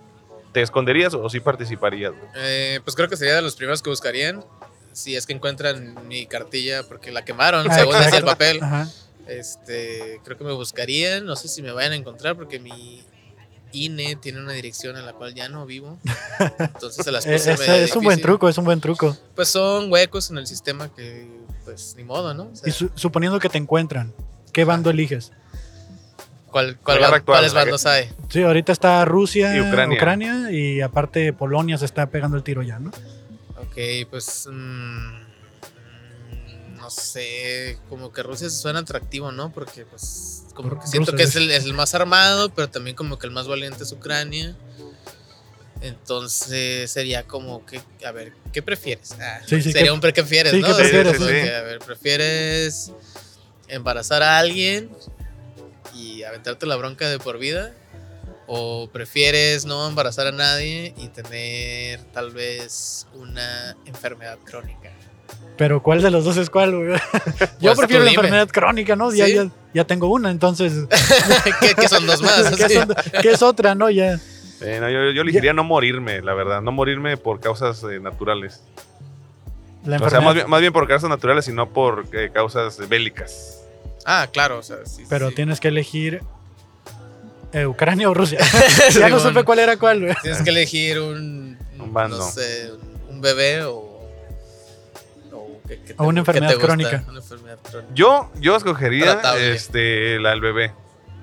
¿te esconderías o sí participarías? güey?
Eh, pues creo que sería de los primeros que buscarían si es que encuentran mi cartilla porque la quemaron,
Ah,
según decía el
exacto.
papel.
Ajá.
Este, creo que me buscarían, no sé si me vayan a encontrar porque mi INE tiene una dirección en la cual ya no vivo. Entonces se las
Eh,
puse
ese
medio
es un buen
difícil.
truco, es un buen truco.
Pues son huecos en el sistema que pues ni modo, ¿no? O sea,
Y su- suponiendo que te encuentran, ¿qué bando eliges?
¿cuál,
la
cuál
guerra
ban-
actual,
cuáles
la guerra-
bandos hay?
Sí, ahorita está Rusia,
Y
Ucrania.
Ucrania.
y aparte Polonia se está pegando el tiro ya, ¿no?
Ok, pues mm, no sé, como que Rusia se suena atractivo, ¿no? Porque pues como que siento
Rusia
que
es-
es el, es el más armado, pero también como que el más valiente es Ucrania. Entonces sería como que, a ver, ¿qué prefieres? Ah,
Sí, sí,
sería
¿qué-
un pre- ¿qué prefieres,
sí,
¿no?
¿qué
O sea,
prefieres?
como
Sí, sí,
que,
sí.
a ver, ¿prefieres embarazar a alguien y aventarte la bronca de por vida? ¿O prefieres no embarazar a nadie y tener tal vez una enfermedad crónica?
Pero ¿cuál de los dos es cuál? güey? Yo
Pues
prefiero
tú
la
dime.
enfermedad crónica, ¿no? Ya,
Sí.
ya, ya tengo una, entonces,
que, que son dos más.
¿qué,
así.
son- qué es otra, no? Ya.
Eh, no, yo, yo elegiría no morirme, la verdad, no morirme por causas eh, naturales.
La
O sea, más
enfermedad.
bien, más bien por causas naturales y no por eh, causas bélicas.
Ah, claro, o sea, sí.
Pero
sí.
tienes que elegir eh, Ucrania o Rusia. ya no
Simón.
supe cuál era cuál, güey.
Tienes que elegir un.
Un bando.
No sé, un bebé o. O, que- que te-
O una
que te
enfermedad
gusta,
crónica.
Una enfermedad crónica.
Yo, yo escogería
Tratable.
este, la del bebé.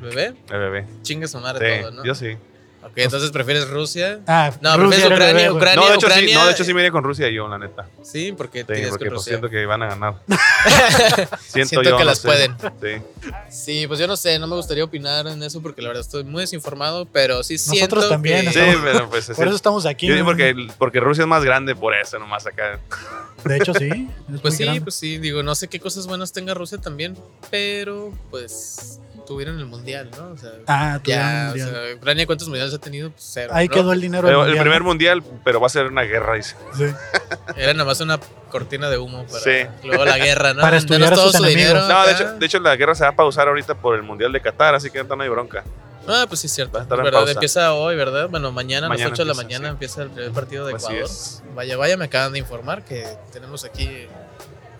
¿Bebé?
El bebé.
Chingue su madre
Sí,
todo, ¿no?
yo sí.
Ok, entonces prefieres Rusia.
Ah,
No,
Rusia era
prefieres
el
Ucrania,
bebé, güey.
Ucrania,
No, de hecho sí,
Ucrania.
no, de hecho sí me iría con Rusia y yo, la neta. Sí,
Sí, porque tienes
porque
que
pues,
Rusia.
siento que van a ganar. Siento,
Siento
yo,
que
no
las
sé.
pueden.
Sí.
Sí, pues yo no sé, no me gustaría opinar en eso porque la verdad estoy muy desinformado, pero sí
Nosotros
siento
también,
que-
Sí, pero pues
Por eso
sí.
estamos aquí.
Yo digo
¿no?
porque, porque Rusia es más grande por eso, nomás acá.
De hecho, sí. es
Pues
muy
sí,
grande.
pues sí, digo, no sé qué cosas buenas tenga Rusia también, pero pues tuvieron el mundial, ¿no? O sea,
Ah, tuvieron un
ya, o
mundial.
sea, Ucrania cuántos mundiales ha tenido? Pues cero.
Ahí
¿no?
quedó el dinero. del
Pero el
mundial.
primer mundial, pero va a ser una guerra, dice.
Sí.
Era nada más una cortina de humo para
Sí.
luego la guerra, ¿no?
Para
Danos
estudiar a sus enemigos.
No, de
acá.
hecho, de hecho la guerra se va a pausar ahorita por el Mundial de Qatar, así que no hay bronca.
Ah, pues sí, es cierto.
Va a estar en
¿verdad?
pausa.
Empieza hoy, ¿verdad? Bueno, mañana, a
Mañana
las 8 de la
empieza,
mañana
sí.
empieza el primer partido de
Así
Ecuador.
es.
Vaya, vaya, me acaban de informar que tenemos aquí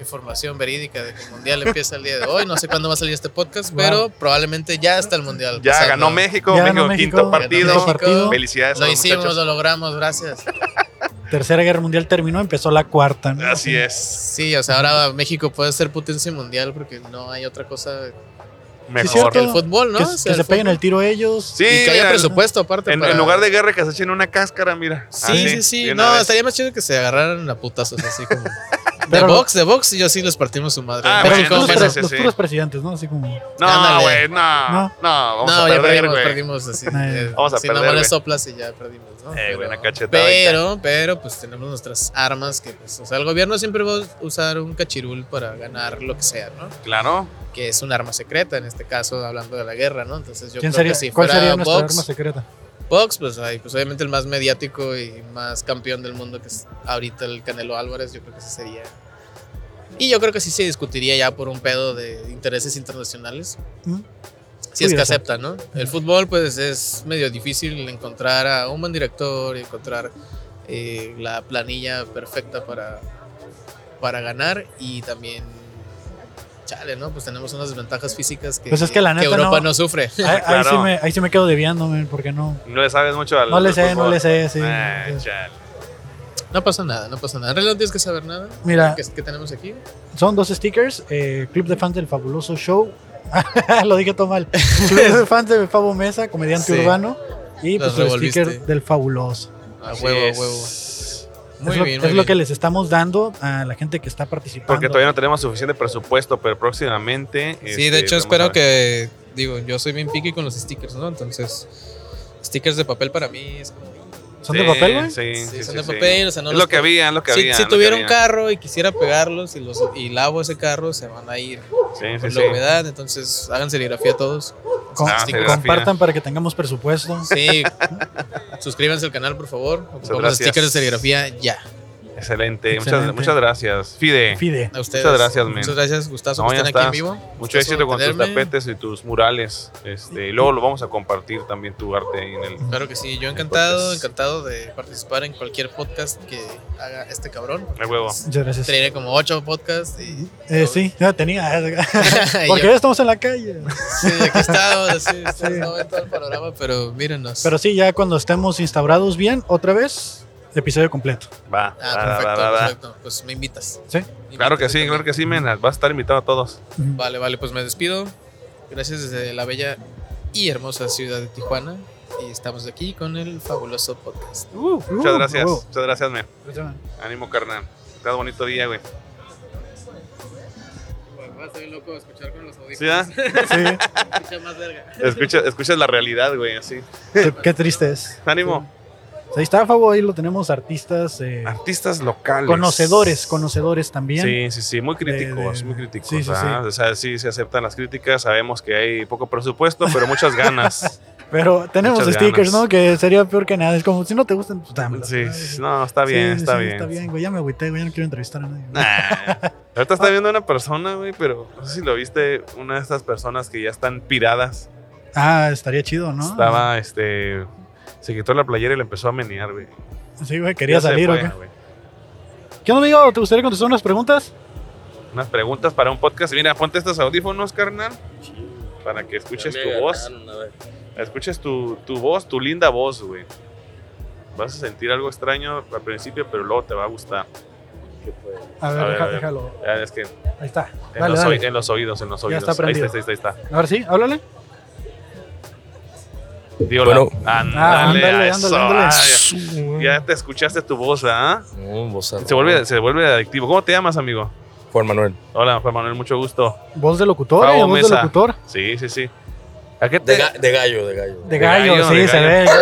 información verídica de que el mundial empieza el día de hoy. No sé cuándo va a salir este podcast,
Wow.
pero probablemente ya está el mundial.
Ya
pasando.
ganó México,
Ya
México,
ganó México,
quinto
ganó
partido.
México. partido.
Felicidades a
Lo
los
hicimos,
muchachos.
lo logramos, gracias.
Tercera guerra mundial terminó, empezó la cuarta. ¿no?
Así es.
Sí, o sea, ahora México puede ser potencia mundial porque no hay otra cosa
Mejor.
cierto.
que el fútbol, ¿no?
que
O sea,
que se
el
peguen
fútbol.
el tiro ellos.
Sí,
Y que haya
mira,
presupuesto aparte.
en,
para-
en lugar de guerra que se echen una cáscara, mira.
Sí,
Así,
sí, sí.
de Ah, una
No,
vez.
estaría más chido que se agarraran a putazos así como. De
Pero-
box, de box, yo sí les partimos su madre.
Ah,
Pero
bueno,
los, puros,
sí,
pre-
sí,
los
sí.
puros presidentes, ¿no? Así como.
No,
Ándale.
güey, no,
No.
no. vamos
no,
a
ya
perder,
perdimos,
güey.
perdimos así.
Eh,
eh,
vamos a
si
perder,
nomás le
güey.
soplas y ya perdimos, ¿no?
Eh, güey, una cachetada y
pero, pero, pues tenemos nuestras armas que, pues, o sea, el gobierno siempre va a usar un cachirul para ganar lo que sea, ¿no?
Claro.
Que es un arma secreta, en este caso, hablando de la guerra, ¿no? Entonces yo
¿Quién
creo
sería?
que si
¿Cuál
fuera
sería nuestra
Vox,
arma secreta?
Vox, pues, ay, pues obviamente el más mediático y más campeón del mundo que es ahorita el Canelo Álvarez, yo creo que ese sería. Y yo creo que sí se discutiría ya por un pedo de intereses internacionales.
¿Mm?
Si es que
Curioso.
aceptan, ¿no? El fútbol, pues es medio difícil encontrar a un buen director, encontrar eh, la planilla perfecta para, para ganar y también. Chale, ¿no? Pues tenemos unas desventajas físicas que,
Pues es que la neta
Europa
no-
no, sufre.
Ahí, ahí
Claro.
sí me, ahí sí me quedo debiando, men, porque no.
No le sabes mucho al.
No le
al
sé, no
fútbol.
le sé, sí.
Ah,
Sí.
chale.
No pasa nada, no pasa nada. En realidad no tienes que saber nada.
Mira,
que, que tenemos aquí.
son dos stickers. eh, clip de fans del fabuloso show. Lo dije todo mal. Clip de fans de Fabo Mesa, comediante
Sí.
urbano. Y pues
Los
el
revolviste.
sticker del fabuloso.
A
Así
huevo, a
es.
huevo.
es
Muy
lo,
bien,
es
muy
lo
bien.
que les estamos dando a la gente que está participando.
Porque todavía no tenemos suficiente presupuesto, pero próximamente. este,
Sí, de hecho espero que, digo, yo soy bien picky con los stickers, ¿no? Entonces, stickers de papel para mí es como...
¿Son de papel, güey?
Sí,
Sí,
sí, sí,
son de
sí.
papel, o sea, no
Es
los
lo que había, es lo que
si,
había.
si
lo que
tuviera un
había.
carro y quisiera pegarlos y, los, y lavo ese carro, se van a ir
Sí, sí,
por
sí.
la humedad, entonces hagan serigrafía todos.
Com-
Ah,
stickers.
serigrafía.
compartan para que tengamos presupuesto.
Sí, suscríbanse al canal, por favor. Ocupamos
gracias.
stickers de serigrafía ya.
Excelente.
Excelente.
Muchas, muchas gracias. Fide.
Fide.
A ustedes.
Muchas gracias, men.
Muchas gracias, Gustazo,
No,
que
ya
estén aquí en
estás.
vivo.
Mucho
Gustazo
éxito con tus
tenerme.
tapetes y tus murales. Este, y luego lo vamos a compartir también tu arte ahí en el.
Claro que sí, yo encantado,
Entonces-
encantado de participar en cualquier podcast que haga este cabrón.
el huevo.
Muchas gracias.
Traeré como ocho podcasts y...
Eh, sí, ya tenía.
y
Porque
yo-
ya estamos en la calle.
sí, aquí estamos, sí, ustedes no ven todo el panorama, pero mírenos.
Pero sí, ya cuando estemos instaurados bien, otra vez, episodio completo.
Va.
ah,
va, va,
perfecto,
va, va.
perfecto. Pues me invitas.
Sí.
Me
Claro que
invitas
sí,
yo
claro
también.
que sí, men. Vas a estar invitado a todos.
Vale, vale, pues me despido. Gracias desde la bella y hermosa ciudad de Tijuana. Y estamos aquí con el fabuloso podcast.
Muchas
Uh,
gracias.
huevo.
Muchas gracias, men. Ánimo, carnal. Estás bonito día, güey.
pues,
Va a ser loco escuchar con los audífonos.
Sí, ¿ah?
Sí,
Escucha más verga.
Escucha- escuchas la realidad, güey, así.
qué, qué triste es.
Ánimo.
Ahí está, Fabo, ahí lo tenemos, artistas, eh,
Artistas locales.
conocedores, conocedores también.
Ah, Sí, sí, sí, muy críticos,
de-
muy críticos.
Eh, sí, sí,
¿ah?
sí.
O sea, sí se aceptan las críticas, sabemos que hay poco presupuesto, pero muchas ganas.
Pero tenemos
Muchas
stickers,
ganas.
¿no? Que sería peor que nada. Es como, si no te gustan, pues dámelos.
sí,
¿no?
sí, no, está bien,
Sí,
está
sí,
bien.
Está bien, güey, ya me agüité, güey, ya no quiero entrevistar a nadie. güey.
Nah. Ahorita
Ah.
está viendo una persona, güey, pero no sé si lo viste, una de estas personas que ya están piradas.
Ah, estaría chido, ¿no?
Estaba, este, se quitó la playera y le empezó a menear, güey.
Sí, güey, quería
Ya se
salir,
fue,
¿o qué?
güey.
¿Qué onda, amigo? ¿Te gustaría contestar unas preguntas?
Unas preguntas para un podcast. Mira, ponte estos audífonos, carnal, para que escuches
Ya
tu
me
voz.
ganaron, a ver.
Escuches tu, tu voz, tu linda voz, güey. Vas a sentir algo extraño al principio, pero luego te va a gustar.
¿Qué fue?
A ver,
A ver,
deja-
a ver.
déjalo.
Ya Es que en,
Ahí está. Dale,
los,
dale.
oi- en los oídos, en los
Ya
oídos.
está
ahí está,
prendido.
ahí está, ahí está.
Ahora sí, háblale.
Di hola.
Bueno.
Ah,
ándale,
ándale,
a
ándale,
eso.
ándale.
Ay, ya te escuchaste tu voz, ¿ah?
No, Mm, vos
Se vuelve, se vuelve adictivo. ¿Cómo te llamas, amigo?
Juan Manuel.
Hola, Juan Manuel, mucho gusto.
Voz de locutor,
Pavo
eh, voz
Mesa.
de locutor.
Sí, sí, sí. ¿A qué
De,
te...?
ga- de gallo, de gallo.
De gallo,
gallo,
sí,
de
se
gallo.
ve.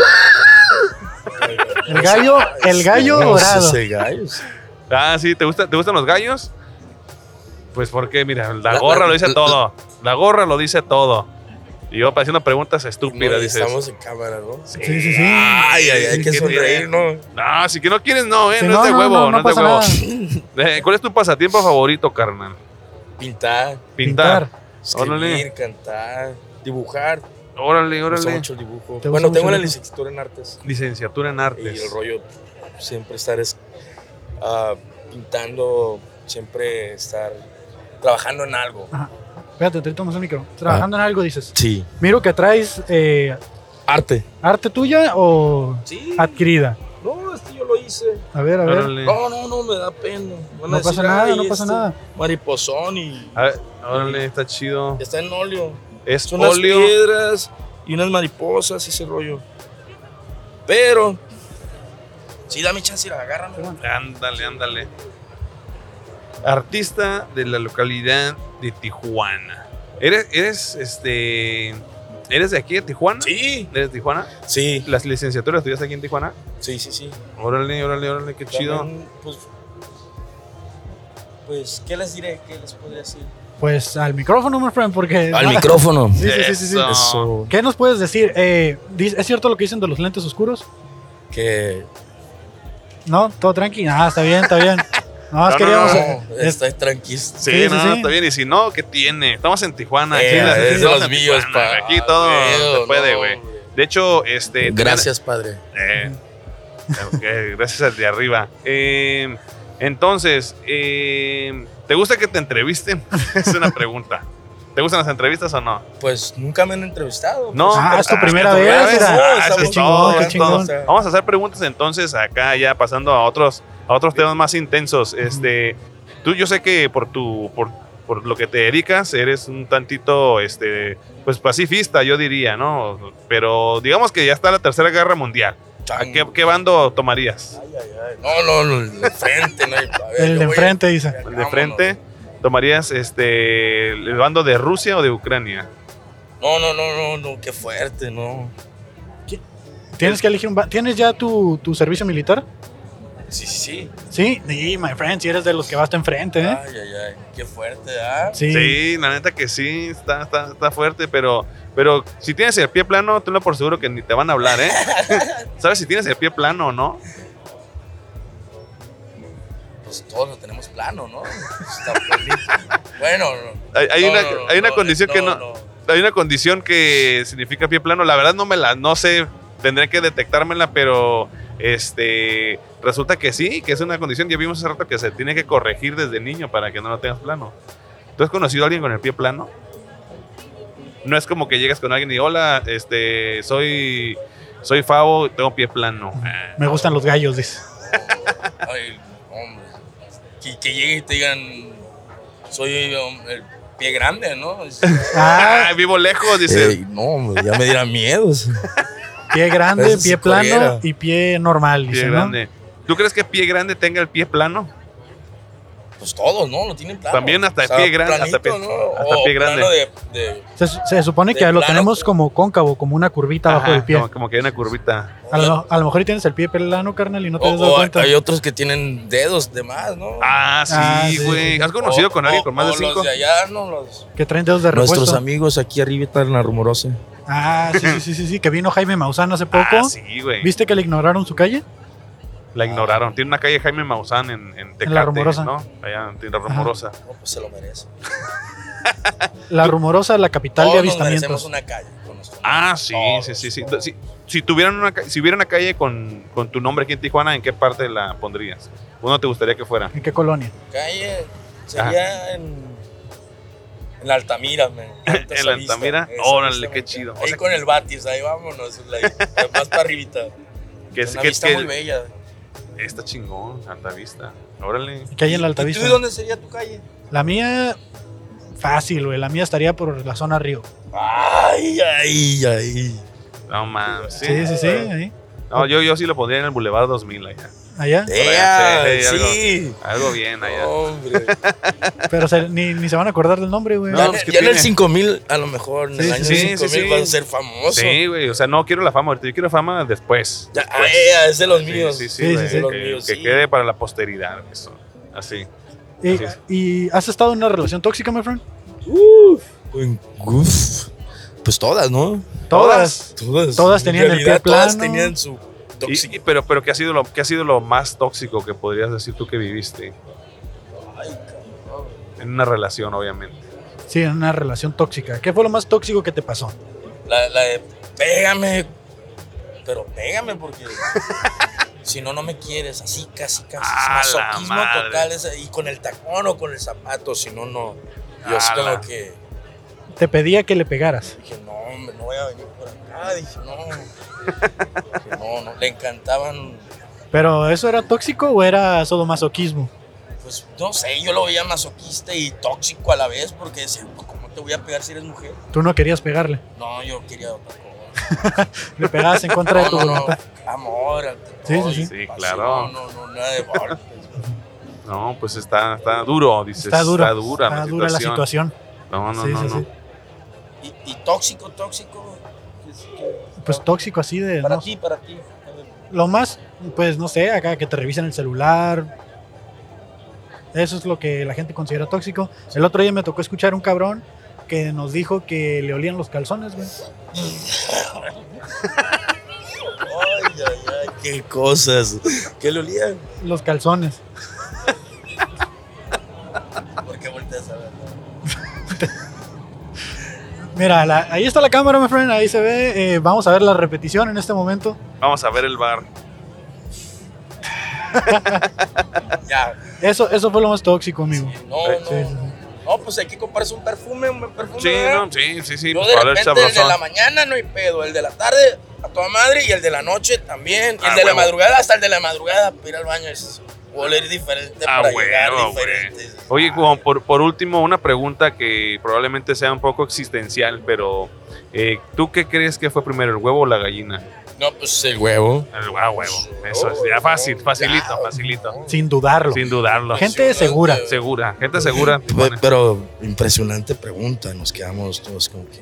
El gallo, el gallo
No,
dorado.
sí, sí, gallos.
Ah, sí, ¿te, gusta, ¿te gustan los gallos? Pues porque, mira, la
La-
gorra
la-
lo dice
la-
todo. La gorra lo dice todo. Y yo haciendo preguntas
No,
estúpidas,
y
dices.
estamos en cámara, ¿no?
Sí, sí, sí.
Ay, ay, hay que
¿Qué tiene?
sonreír, ¿no?
No, si que no quieres, no, eh.
Sí,
no, es de huevo, no, es de
pasa
huevo.
nada.
Eh, ¿Cuál es tu pasatiempo favorito, carnal?
Pintar,
Pintar.
escribir,
Órale.
cantar, dibujar.
Órale,
Me gusta
órale.
mucho el dibujo.
¿Te gusta
Bueno,
mucho
tengo
el
la
dibujo?
licenciatura en artes.
Licenciatura en
Y el
artes.
rollo siempre estar es, ah, pintando, siempre estar trabajando en algo.
Espérate, te tomas el micro. Trabajando en algo, dices.
Sí.
Miro que traes eh,
Arte.
arte tuya o
Sí.
adquirida.
No, este yo lo hice.
A ver, a ver.
Órale.
No, no, no, me da pena. Van a
No
decir,
pasa nada,
"Ay,
no pasa
este
nada.
Mariposón y
A ver, órale, está chido.
está en óleo.
Es
Son unas
óleo.
piedras y unas mariposas y ese rollo. Pero, sí, dame chance y la agárrame.
Ándale, ándale. Artista de la localidad de Tijuana. ¿Eres, eres, este, eres de aquí, de Tijuana?
Sí,
¿Eres de Tijuana?
sí,
¿Las licenciaturas estudiaste aquí en Tijuana?
sí, sí, sí.
Órale, órale, órale, qué chido.
También, pues, pues, ¿qué les diré? ¿Qué les podría decir?
Pues al micrófono, my friend, porque.
Al micrófono.
Sí, sí, sí, sí, sí.
Eso.
Eso,
¿Qué nos puedes decir? Eh, di- ¿Es cierto lo que dicen de los lentes oscuros?
que
No, todo tranqui. Ah, está bien, está bien. No,
No,
más
no,
queríamos.
no,
eh, es-
está tranquilo.
Sí,
Sí, sí,
no,
sí.
está bien. Y si no, ¿qué tiene? Estamos en Tijuana.
Eh,
aquí las
es de
estamos
los
en
míos,
Tijuana,
pa.
güey, Aquí todo
Creo,
se puede,
no,
güey. De hecho, este.
Gracias, padre.
Eh, ok, gracias al de arriba. Eh, entonces, eh, ¿te gusta que te entrevisten? es una pregunta. ¿Te gustan las entrevistas o no?
Pues nunca me han entrevistado.
No.
Ah, es tu
Ah,
primera
es tu
vez.
vez,
era.
¿no?
Ah,
Está
eso
muy
es
chingón,
todo,
qué
es todo.
chingón.
Vamos a hacer preguntas entonces acá, ya pasando a otros, a otros temas más intensos. Este, tú, yo sé que por tu, por, por lo que te dedicas, eres un tantito, este, pues pacifista, yo diría, ¿no? Pero digamos que ya está la tercera guerra mundial. ¿A qué, qué bando tomarías?
Ay, ay, ay. No, no, no, el de enfrente, no hay a ver,
El
yo
de
voy-
enfrente dice.
¿De frente? ¿Tomarías este el bando de Rusia o de Ucrania?
No, no, no, no, no, qué fuerte, no.
Tienes que elegir un. ba- ¿Tienes ya tu, tu servicio militar?
Sí, sí, sí.
Sí. Sí, my friend, si eres de los que vas de enfrente, ¿eh?
Ay, ay, ay, qué fuerte, ¿ah?
Sí.
Sí, la neta que sí, está, está, está fuerte, pero, pero si tienes el pie plano, tenlo por seguro que ni te van a hablar, ¿eh? ¿Sabes si tienes el pie plano o no?
Pues todos lo tenemos plano, ¿no? Está bonito. bueno, no.
Hay, hay
No,
una,
no, no,
hay una
no,
condición que no, Hay una condición que significa pie plano. La verdad no me la, no sé, tendré que detectármela, pero este resulta que sí, que es una condición. Ya vimos hace rato que se tiene que corregir desde niño para que no lo tengas plano. ¿Tú has conocido a alguien con el pie plano? No es como que llegas con alguien y hola, este, soy, soy Favo, tengo pie plano. Ah,
Me gustan los gallos, dice.
Ay, hombre. Que, que llegue y te digan, soy hom- el pie grande, ¿no? Es-
Ah,
Ay, vivo lejos, dice.
Ey, no, hombre, ya me dirán miedos.
pie grande,
Eso sí
pie plano
corriera.
y pie normal,
pie
dice, ¿no?
grande. ¿Tú crees que pie grande tenga el pie plano?
Pues todos, ¿no? Lo tienen plano.
También hasta pie grande, hasta
planito,
pie-
¿no?
hasta
O
pie grande.
plano de- de-
Se, se supone que
De
lo
plano.
tenemos como cóncavo, como una curvita bajo
Ajá,
el pie.
Como, como que hay una curvita.
A lo, a lo mejor y tienes el pie pelano, carnal, y no te
O,
has dado
o
cuenta.
hay otros que tienen dedos de más, ¿no?
Ah,
Ah, sí.
sí, güey. ¿Has conocido
O-
con alguien con más
o-
de
o
cinco?
Los de allá, no, los-
Que traen dedos de repuesto.
Nuestros amigos aquí arriba están en la rumorosa.
Ah, sí, sí, sí, sí, sí, que vino Jaime Maussan hace poco.
Ah, sí, güey.
¿Viste que le ignoraron su calle?
La ignoraron. Tiene una calle Jaime Maussan en, en Tecate,
Rumorosa.
¿no? Allá en Tierra Rumorosa.
No, pues se lo merecen.
La rumorosa, la capital
Todos
de
nos merecemos
avistamientos.
una calle. con- nuestro
Ah, sí,
nombre.
sí, sí, sí.
Todos.
Si, si tuvieran una, ca- si hubiera una calle con, con tu nombre aquí en Tijuana, ¿en qué parte la pondrías? ¿Uno te gustaría que fuera?
¿En qué colonia?
Calle sería en, en Altamira, man. Alta
Ah. En
Vista,
Altamira,
esa
órale,
vista,
qué
man.
chido. O
Ahí
sea-
con el Batis, ahí vámonos, la- la más para arribita.
Que,
Es una
que-
vista
que-
muy bella.
está chingón, Altavista. Órale.
¿Qué hay en la
¿Y
Altavista?
tú dónde sería tu calle?
La mía, fácil, güey. La mía estaría por la zona río.
Ay, ay, ay.
No mames.
Sí, sí, sí. ahí.
No, yo, yo sí lo pondría en el Boulevard 2000 allá.
Allá.
Ea,
sí, algo.
sí.
Algo bien allá.
Hombre.
Pero se- ni, ni se van a acordar del nombre, güey.
ya
No, pues,
en-
¿qué
ya en el
tiene?
5000, a lo mejor, en
Sí,
el
sí,
año
sí, sí, sí.
5000 vas a ser famoso.
Sí, güey. O sea, no quiero la fama ahorita. Yo quiero fama después.
Ya,
después.
ea, es de los
Sí,
míos.
Sí, sí,
Sí,
güey,
sí, sí.
Los
Que,
míos,
que
sí.
quede para la posteridad. Eso. Así.
Y,
sí, sí.
y has estado en una relación tóxica, my friend?
Uf, pues todas, ¿no?
Todas.
Todas.
Todas
En
tenían el pie
realidad, Todas
plano.
tenían su
Y-
tóxico.
y- pero, pero ¿qué ha sido lo, qué ha sido lo más tóxico que podrías decir tú que viviste? En una relación, obviamente.
Sí, en una relación tóxica. ¿Qué fue lo más tóxico que te pasó?
La, la de pégame, pero pégame porque si no, no me quieres. Así, casi, casi.
¡A la
masoquismo
madre!
total. esa- y con el tacón o con el zapato, si no, no. Yo así
¡A la!
como que
Te pedía que le pegaras.
dije, no, hombre, no voy a venir por acá. Dije, no. Dije, no, no. Le encantaban,
¿Pero eso era tóxico o era masoquismo?
pues no sé, yo lo veía masoquista y tóxico a la vez porque decía, "Pues, ¿cómo te voy a pegar si eres mujer?
Tú no querías pegarle.
No, yo quería otra cosa.
Le pegabas en contra de tu
No, no, no.
voluntad.
Amor, ante
Sí, sí,
todo,
sí.
y
Sí,
pasión,
claro.
No, no, nada de golpes.
No, pues está, está duro, dices.
Está duro.
Está dura, la,
Ah, la
situación.
situación.
No, no,
Sí,
no.
sí,
no.
sí.
Y, y tóxico, tóxico. es que-
Pues tóxico así de...
para
no-
ti, para ti.
Lo más, pues no sé, acá que te revisen el celular. Eso es lo que la gente considera tóxico. El otro día me tocó escuchar un cabrón que nos dijo que le olían los calzones, güey.
Ay, ay, ay, qué cosas. ¿Qué le olía?
Los calzones.
¿Por qué volteas a ver?
Mira, la- ahí está la cámara, my friend, ahí se ve. Eh, vamos a ver la repetición en este momento.
Vamos a ver el bar.
Ya.
Eso, eso fue lo más tóxico, amigo.
No,
Sí,
Sí, sí,
no.
sí.
No, pues hay que comprarse un perfume, un buen perfume.
Sí,
¿verdad?
no, sí, sí, sí.
Yo
pues,
de
para el
repente el de
sabrosón.
la mañana no hay pedo, el de la tarde a toda madre y el de la noche también. Y el
Ah,
de la
huevo.
madrugada, hasta el de la madrugada, para ir al baño es oler diferente
Ah,
para
huevo,
llegar
güey.
diferente.
Oye, Juan, por, por último, una pregunta que probablemente sea un poco existencial, pero eh, ¿tú qué crees que fue primero, el huevo o la gallina?
No, pues el huevo.
El ah, huevo. Eso es ya fácil, facilito, facilito.
Sin dudarlo.
Sin dudarlo.
Gente segura.
segura, gente segura.
Pe-
Tijuana.
Pero impresionante pregunta, nos quedamos todos como que.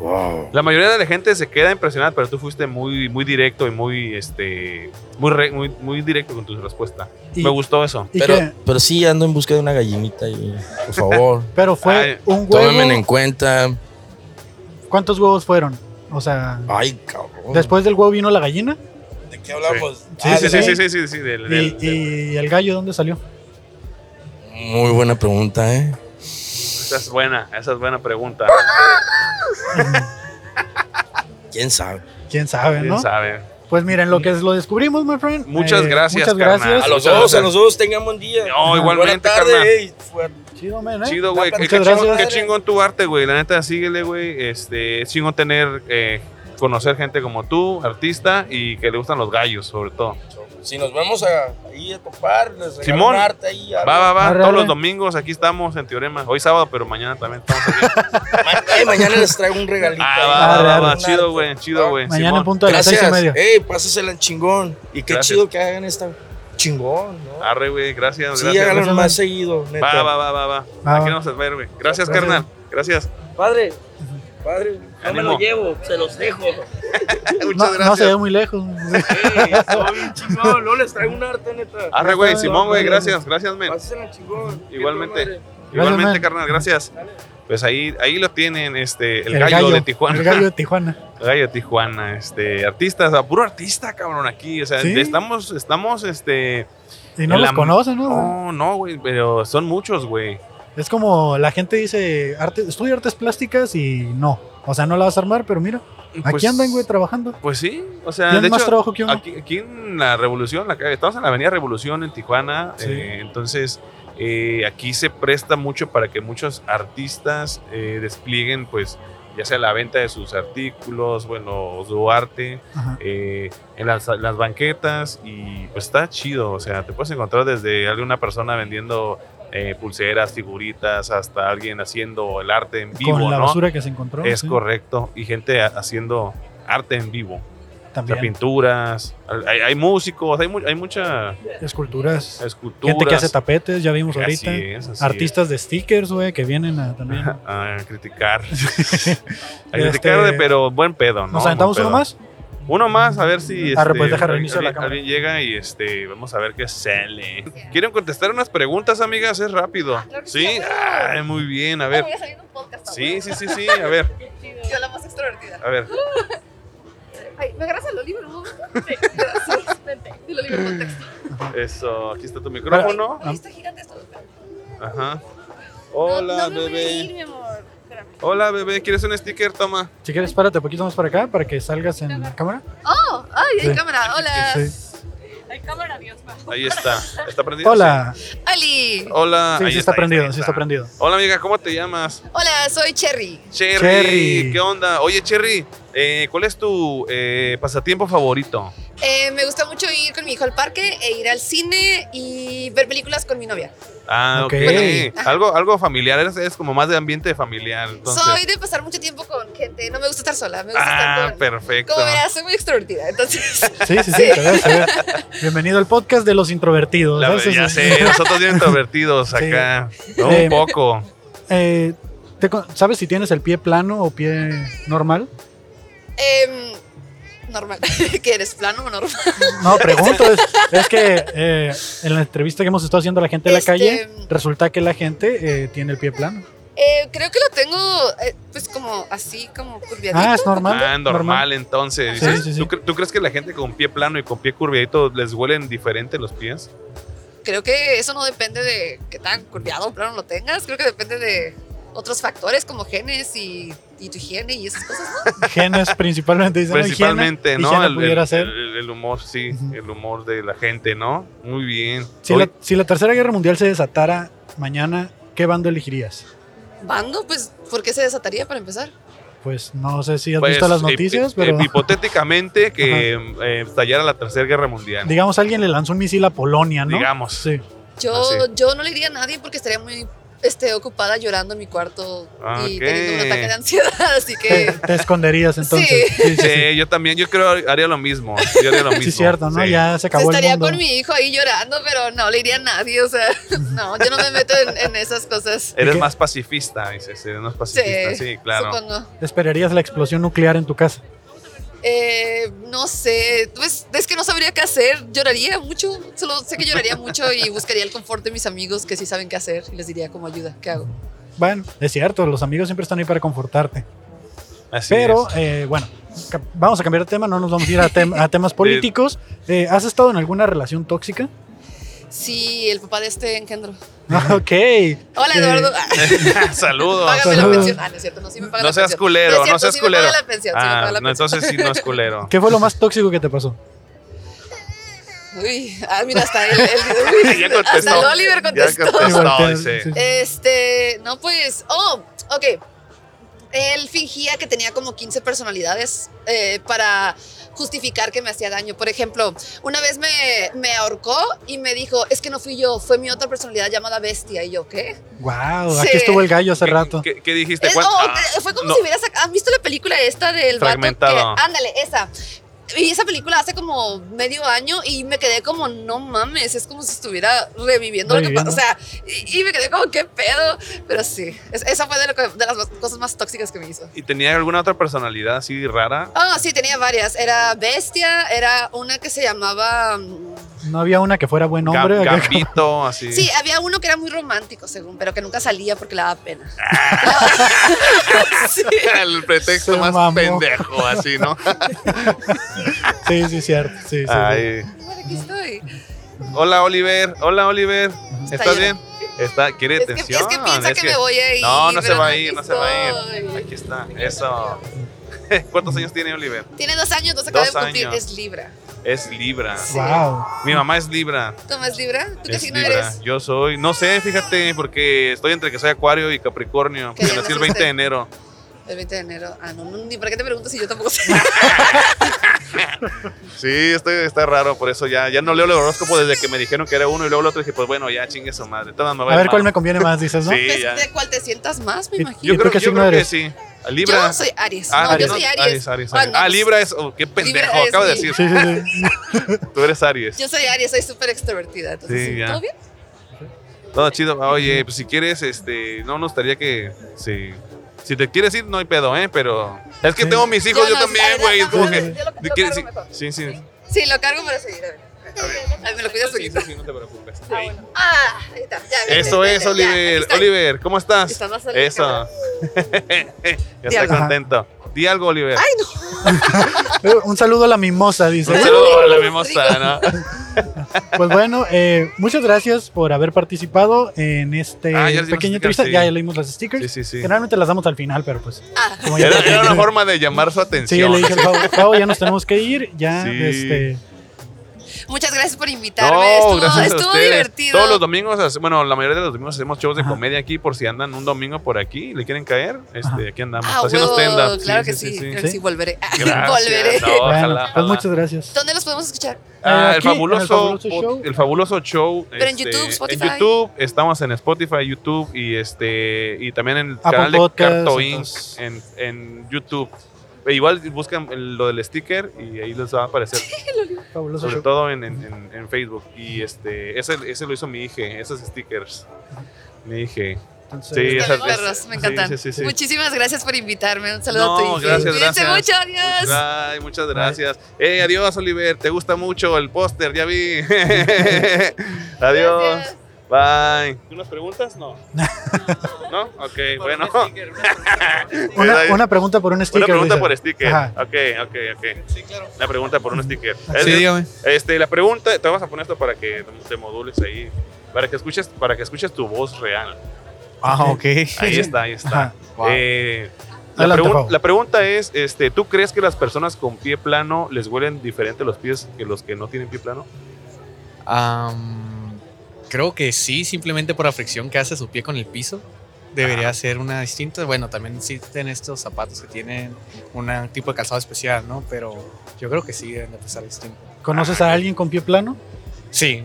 Wow.
La mayoría de la gente se queda impresionada, pero tú fuiste muy, muy directo y muy, este, muy, re- muy, muy directo con tu respuesta.
Y-
Me gustó eso.
¿Y
Pero-
qué?
Pero sí ando en busca de una gallinita y por favor,
Pero fue
Ay,
un
tómenme en
huevo.
cuenta.
¿Cuántos huevos fueron? O sea,
Ah,
Ay,
oh.
cabrón.
después del huevo vino la gallina.
¿De qué hablamos?
Sí,
Ah,
Sí, sí,
de-
sí, sí, sí, sí, sí, del-
Y,
del- del-
y el gallo, ¿dónde salió?
Muy buena pregunta, ¿eh?
Esa es buena, esa es buena pregunta.
¿Quién sabe?
Quién sabe,
¿Quién
¿no?
sabe?
Pues miren, lo que es- lo descubrimos, my friend. Eh,
Muchas gracias,
Muchas
carnal.
gracias.
A
Muchas
los dos, a
gracias.
los dos, tengan buen día.
No,
Buena
igualmente,
tarde,
carnal.
ey, fuerte.
Chido, men, ¿eh?
Chido, güey.
Muchas
Qué, qué chingón,
gracias.
qué chingón tu arte, güey. La neta, síguele, güey. Este, es chingón tener, eh, conocer gente como tú, artista, y que le gustan los gallos, sobre todo.
Si nos vemos a- ahí a topar, les regalo
Simón.
un arte ahí. algo.
Va, va, va.
Arre,
Todos
arre.
los domingos aquí estamos en Teorema. Hoy sábado, pero mañana también estamos aquí.
Ma- ey, mañana les traigo un regalito.
ah,
ahí,
va, va,
Arre,
va,
arre.
va.
un
Chido,
arte.
güey. Chido,
Va.
güey.
Mañana en
Simón.
punto de las seis y media.
Ey, pásasela en chingón. Y qué
Gracias.
chido que hagan esta chingón, ¿no?
Arre, güey. Gracias,
sí,
gracias.
háganlo
gracias, man.
más seguido, neta.
Va, va, va, va, va.
Va,
Aquí
va.
nos vamos a ver, güey. Gracias,
Gracias.
carnal. Gracias.
Padre, padre.
No me
Ánimo.
lo llevo, se los dejo.
No,
Eh, Muchas
no se ve
gracias.
muy lejos.
Ey, soy un chingón, no les traigo un arte, neta.
Arre, güey.
Está bien,
Simón, güey.
güey.
Gracias, gracias, men.
Pásasela en chingón.
Igualmente.
Qué toda madre.
Igualmente,
man.
carnal. Gracias. Pues ahí, ahí lo tienen, este, el,
El
gallo, de Tijuana.
El gallo de Tijuana.
Gallo de Tijuana, este, artistas, o sea, puro artista, cabrón, aquí, o sea,
Sí.
estamos, estamos, este,
Y no
El
los
am- Oh.
conocen, ¿no?
no, no, güey, pero son muchos, güey,
Es como la gente dice, arte, estudia artes plásticas y no. O sea, no la vas a armar, pero mira, aquí
Pues-
andan, güey, trabajando.
Pues sí, o sea,
Tienen
de
más
hecho,
trabajo que uno.
aquí, aquí en la Revolución, la calle- estamos en la Avenida Revolución en Tijuana,
Sí.
eh, entonces eh, aquí se presta mucho para que muchos artistas eh, desplieguen, pues, ya sea la venta de sus artículos, bueno, su arte,
Ajá.
eh, en las, las banquetas y pues está chido, o sea, te puedes encontrar desde alguna persona vendiendo eh, pulseras, figuritas, hasta alguien haciendo el arte en vivo,
Con la
¿no?
basura que se encontró.
Es
sí,
correcto, y gente ha- haciendo arte en vivo. O sea,
También.
pinturas, hay, hay músicos, hay, mu- hay mucha
Esculturas.
escultura.
Gente que hace tapetes, ya vimos
Así
ahorita.
es, así
Artistas de stickers, güey, que vienen a, también.
es. A criticar. a
Este-
criticar, pero buen pedo, ¿no?
¿Nos aventamos
Buen
uno
pedo.
más?
Uno más, a ver si. este,
Ah, pues deja
alguien-
reinicio la
alguien-
cámara.
alguien llega y este, vamos a ver qué sale. ¿Quieren contestar unas preguntas, amigas? Es rápido.
Ah, claro que
sí,
sí, a huevo.
Ay, muy bien, a ver.
Voy a salir en un podcast.
Sí, sí, sí, sí, a ver,
sí. Yo la más extrovertida.
a ver.
Ay, ¿me agarras el Oliver un momento? Sí, gracias. Vente, el Oliver contexto.
Eso, aquí está tu micrófono.
Ay, está gigante esto.
Ajá. Hola,
no, no me voy a ir,
bebé.
mi amor. Espérame.
Hola, bebé. ¿Quieres un sticker? Toma.
Si quieres, párate un poquito más para acá para que salgas en la cámara.
Oh, ay, hay
Sí.
cámara. Hola.
Sí.
Hay cámara, Dios mío.
Ahí está. ¿Está prendido?
Hola.
Oli.
Sí. Hola.
Sí,
Ah, Ahí
sí está
ahí
prendido,
ahí
sí está prendido.
Hola, amiga, ¿cómo te llamas?
Hola, soy Cherry.
Cherry.
Cherry.
¿Qué onda? Oye, Cherry, eh, ¿cuál es tu eh, pasatiempo favorito?
Eh, me gusta mucho ir con mi hijo al parque e ir al cine y ver películas con mi novia.
Ah, ok.
Ok.
Algo, algo familiar, eres, eres como más de ambiente familiar. Entonces.
Soy de pasar mucho tiempo con gente. No me gusta estar sola, me gusta
ah,
estar con...
perfecto.
Como verás, soy muy extrovertida, entonces...
Sí, sí, sí, se ve, se ve. Bienvenido al podcast de los introvertidos.
La-
¿sabes?
ya
Sí.
sé, nosotros bien introvertidos
Sí.
acá. ¿no?
Eh,
Un poco.
Eh, te con- ¿Sabes si tienes el pie plano o pie normal?
Em, normal. ¿Que eres plano o normal?
No, pregunto. Es, es que eh, en la entrevista que hemos estado haciendo a la gente de la
Este-
calle, resulta que la gente eh, tiene el pie plano.
Eh, creo que lo tengo, eh, pues, como así, como curviadito.
Ah, es normal.
Ah, normal, entonces.
Sí,
Dices,
sí, sí.
¿tú, cre- tú crees que la gente con pie plano y con pie curviadito les huelen diferente los pies?
Creo que eso no depende de qué tan curviado o plano lo tengas. Creo que depende de otros factores como genes y, y tu higiene y esas cosas.
Genes principalmente. Dicen,
Principalmente,
higiene,
¿no?
higiene
El,
pudiera
el-
ser.
el- el humor, sí,
Ujú.
el humor de la gente, ¿no? Muy bien.
Si
Oye,
la, si la Tercera Guerra Mundial se desatara mañana, ¿qué bando elegirías?
Bando, pues, ¿por qué se desataría para empezar?
Pues no sé si has
pues,
visto las
hip-
noticias,
hip-
pero
Hipotéticamente que eh, estallara la Tercera Guerra Mundial.
digamos alguien le lanzó un misil a Polonia, ¿no?
Digamos.
Sí.
Yo,
Ah,
yo no le diría a nadie porque estaría muy este, ocupada llorando en mi cuarto
Ah,
y
ok.
teniendo un ataque de ansiedad, así
Te,
que...
te esconderías entonces. Sí, sí, sí.
Sí, yo también, yo creo haría lo mismo. Yo haría lo
Sí,
mismo.
cierto, ¿no?
sí.
Ya se acabó el
estaría
mundo.
con mi hijo ahí llorando, pero no le diría a nadie, o sea, no, yo no me meto en, en esas cosas.
Eres
¿Y qué?
más pacifista, dices, eres más pacifista, sí,
Sí,
claro.
Supongo.
¿Esperarías la explosión nuclear en tu casa?
Eh, no sé, pues es que no sabría qué hacer, lloraría mucho, solo sé que lloraría mucho y buscaría el confort de mis amigos que sí saben qué hacer y les diría como ayuda, ¿qué hago?
Bueno, es cierto, los amigos siempre están ahí para confortarte.
Así
Pero,
es.
eh, bueno, ca- vamos a cambiar de tema, no nos vamos a ir a, tem- a temas políticos. Eh, ¿Has estado en alguna relación tóxica?
Sí, el papá de este engendro.
Ah, ok.
Hola
Eh,
Eduardo,
Saludos.
págame la
saludos.
pensión. Ah, no es cierto, no, sí me paga
No
la
seas
pensión.
culero,
No, es
no
cierto,
seas
sí me
culero.
paga la pensión, sí me
Ah,
paga la
no,
pensión.
entonces sí no es culero.
¿Qué fue lo más tóxico que te pasó?
Uy, ah, mira, hasta él, él- uy,
Ya contestó.
hasta el Oliver
Ya
contestó.
contestó,
Igual,
dice.
sí.
Este, no, pues, oh, ok. Él fingía que tenía como 15 personalidades eh, para justificar que me hacía daño. Por ejemplo, una vez me, me ahorcó y me dijo, es que no fui yo, fue mi otra personalidad llamada bestia. Y yo, ¿qué?
Wow,
Sí.
aquí estuvo el gallo hace
¿Qué-
rato.
¿Qué, qué dijiste?
Es-
¿Cuán-
oh,
ah,
eh, fue como
no.
si hubieras sac- ¿Han visto la película esta del vato
Fragmentado.
que- ándale, esa. Y esa película hace como medio año y me quedé como, no mames, es como si estuviera reviviendo,
Reviviendo.
lo que pasó. O sea, y, y me quedé como, qué pedo. Pero sí, es- esa fue de, lo que- de las cosas más tóxicas que me hizo.
¿Y tenía alguna otra personalidad así rara?
Ah, sí, tenía varias. Era Bestia, era una que se llamaba. mm,
No había una que fuera buen
Gam-
hombre. acá.
Gambito, así.
Sí, había uno que era muy romántico, según, pero que nunca salía porque le daba pena. sí.
El pretexto
Se
más
mamó.
pendejo, así, ¿no?
Sí, sí, cierto. Sí, sí, sí.
Ay.
Mira, Aquí estoy.
Hola, Oliver. Hola, Oliver. ¿Estás
llorando.
bien? Está, quiere
Es que-
atención.
es que piensa que me voy a ir,
No, no se
pero
va
no
a ir, no
aquí
se va a ir.
estoy.
Aquí está, eso. ¿Cuántos años tiene Oliver?
Tiene dos años, nos acaba
Dos
de cumplir.
años.
Es Libra.
Es Libra.
Wow.
Mi mamá es Libra.
¿Tú más Libra? ¿Tú qué
Es
signo
Libra.
eres?
Yo soy, no sé, fíjate, porque estoy entre que soy Acuario y Capricornio.
¿Qué
Yo
día
nací el
naciste?
20 de enero.
El 20 de enero. Ah, no, no, ni para qué te pregunto si yo tampoco sé.
Sí, estoy, está raro, por eso ya, ya no leo el horóscopo desde que me dijeron que era uno y luego el otro dije, pues bueno, ya chingue su madre. Todas me va
A ver
ir
cuál
mal.
me conviene más, dices, ¿no?
Sí, ya.
¿De cuál te sientas más, me
¿Y-
imagino?
tú
Yo creo,
qué
yo
signo
creo que
eres?
sí. Libra.
Yo soy Aries.
Ah,
no,
Aries,
yo soy
no,
Aries.
Aries, Aries,
Ah,
Aries.
no,
Ah,
pues,
Libra es. oh, qué pendejo,
Libra es
acabo de
mi-
decir.
Sí, sí, sí.
Tú eres Aries.
Yo soy Aries, soy súper extrovertida. Entonces,
Sí, ya.
¿todo bien?
Todo chido. Oye, pues si quieres, este, no nos gustaría que. Sí. Si te quieres ir, no hay pedo, ¿eh? Pero. Es que
Sí.
tengo mis hijos, yo,
no,
también,
no,
güey.
no,
como
no,
que-
yo lo- lo
¿quieres-
cargo mejor.
sí, sí. sí.
Sí, lo cargo para seguir. A ver. Ay, me lo cuidas
Sí,
poquito.
sí, no te preocupes.
Ah, ahí está. Ya, vete,
Eso
vete,
es,
ya, aquí
Oliver.
estoy.
Oliver, ¿cómo estás?
Está más saliendo
Eso. ya
Di
está
algo.
contento. Di algo, Oliver.
Ay, no.
Eh, Un saludo a la mimosa, dice.
Un saludo a la mimosa, ¿no?
Pues bueno, eh, muchas gracias por haber participado en este
Ah, ya leímos
pequeña
stickers,
entrevista.
sí.
Ya leímos las stickers.
Sí, sí, sí.
Generalmente las damos al final, pero pues.
Ah.
como ya
Era,
te-
era una forma de llamar su
Sí, le
atención.
dije al Javo, "Javo, ya nos tenemos que ir. Ya,
Sí.
este.
Muchas gracias por invitarme.
No,
estuvo
gracias a
estuvo
ustedes.
divertido.
Todos los domingos, hace- bueno, la mayoría de los domingos hacemos shows de
Ajá.
comedia aquí por si andan un domingo por aquí y le quieren caer. Este,
Ajá.
aquí andamos.
Ah,
haciendo
huevo,
stand-up.
claro que sí, creo que sí,
Sí.
volveré. Ah,
Gracias,
volveré.
no, ojalá,
bueno, pues
ojalá.
muchas gracias.
¿Dónde los podemos escuchar?
Ah,
Eh,
el,
aquí, en el
fabuloso,
Fabuloso
pod-
Show.
el fabuloso show.
Pero en
este,
YouTube, Spotify.
En YouTube, estamos en Spotify, YouTube y este y también en el
Apple
canal de
Podcast,
Cartoon
entonces.
en, en YouTube. E igual buscan el- lo del sticker y ahí les va a aparecer.
Fabuloso
sobre
show.
todo en, en- en- en Facebook. Y este, ese, ese lo hizo mi hija, esos stickers. Mi hija.
Entonces,
Sí,
Están
esas-
bien perros, me
sí,
encantan.
sí, sí, sí.
Muchísimas gracias por invitarme. Un saludo
No,
a tu hija.
gracias,
Cuídense
gracias.
mucho, adiós.
Ay, muchas gracias. Eh, adiós, Oliver. Te gusta mucho el póster, ya vi. adiós.
Gracias.
Bye. ¿Unas preguntas? No. ¿No? Ok, bueno.
Una, una pregunta por un sticker.
Una pregunta
dice.
por sticker.
Ajá.
Ok, ok, ok. Sí, claro. La pregunta por un sticker.
Sí,
Eh,
dígame.
Este, la pregunta, te vamos a poner esto para que te modules ahí, para que escuches, para que escuches tu voz real.
Ah, ok.
Ahí está, ahí está.
Ajá.
Wow.
Eh, la,
Adelante,
pregun-
Pau.
la pregunta es, este, ¿tú crees que las personas con pie plano les huelen diferente los pies que los que no tienen pie plano?
Am, creo que sí, simplemente por la fricción que hace su pie con el piso. Debería ser una distinta. Bueno, también existen estos zapatos que tienen un tipo de calzado especial, ¿no? Pero yo creo que sí deben de pesar distinto.
¿Conoces a alguien con pie plano?
Sí.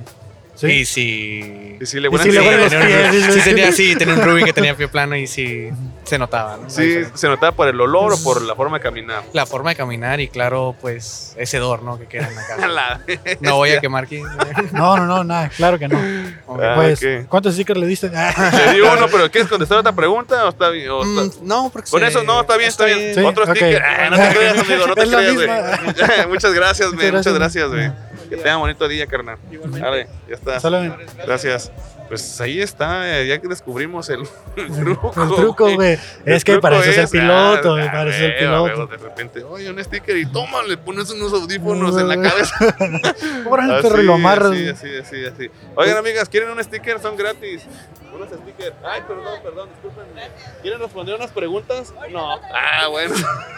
Sí.
Y si.
Y si le
Y
huelen
si le
así,
huelen los
tenía un-
pies, dices.
sí, tenía, sí, tenía un Ruby que tenía pie plano y sí se notaba, ¿no? La
Sí,
diferencia.
se notaba por el olor o
Mm.
por la forma de caminar.
La forma de caminar y claro, pues ese dor, ¿no? Que quedan acá.
La-
No voy a quemar aquí.
No, no, no, nada, claro que no.
Ok.
Ah,
Pues,
ok.
¿cuántos stickers le diste? Ah,
Te di uno, pero ¿quieres contestar otra pregunta? ¿O está bien? ¿O está-
Mm, no, porque
Con
se-
eso, no, está bien, está bien.
Sí,
Otro
ok.
sticker. Ah, no te creas, amigo, no te
Es la
creas,
misma.
güey. Eh, muchas gracias, güey. Muchas
Muchas
gracias,
gracias.
güey. Que tenga bonito día, carnal.
Igualmente.
Vale, ya está.
Solo
Gracias. Pues ahí está, eh, ya que descubrimos el, el truco.
el truco, güey. Es que para eso es el piloto,
me
güey, para eso es el piloto.
De repente, oye, un sticker y toma, le pones unos audífonos en la cabeza.
Por
Ah,
el perro y lo amarras. Eh.
así, así, así, así. Oigan, amigas, ¿quieren un sticker? Son gratis. Unos stickers. Ay, perdón, perdón, discúlpenme. ¿Quieren responder unas preguntas? No. Ah, bueno.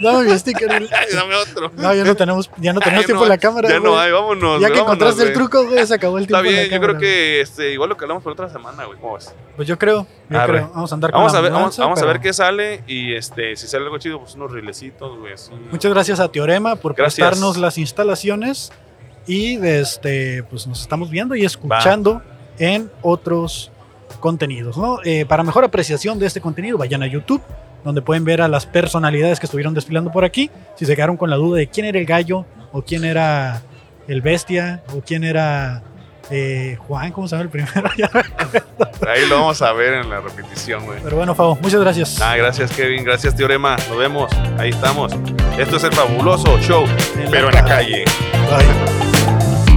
Dame mi sticker.
Ay, dame otro.
No, ya no tenemos, ya no tenemos
Ay,
tiempo en la cámara.
Ya no
güey.
hay, pues, vámonos.
Ya
güey,
que encontraste
vámonos,
el
güey.
truco, güey, se acabó el tiempo.
Está
en la
bien, yo
cámara,
creo que este, igual lo calamos por otra semana, güey. ¿Cómo ves?
güey. Pues yo creo, yo
Ah,
Arre.
creo. Vamos a andar con
Vamos
la
a ver, vamos,
mudanza,
vamos a
pero-
ver qué sale y este, si sale algo chido, pues unos rilecitos, güey. así.
Muchas gracias a Teorema por
Gracias.
prestarnos las instalaciones. Y de este, pues nos estamos viendo y escuchando en otros contenidos. ¿no? Eh, para mejor apreciación de este contenido, vayan a YouTube, donde pueden ver a las personalidades que estuvieron desfilando por aquí. Si se quedaron con la duda de quién era el gallo, o quién era el bestia, o quién era eh, Juan, ¿cómo se llama el primero? Ya no-
Ahí lo vamos a ver en la repetición, güey.
Pero bueno, Fabo, muchas gracias.
Ah, gracias Kevin, gracias Teorema, nos vemos, ahí estamos. Esto es el fabuloso show, pero en la calle.
Bye.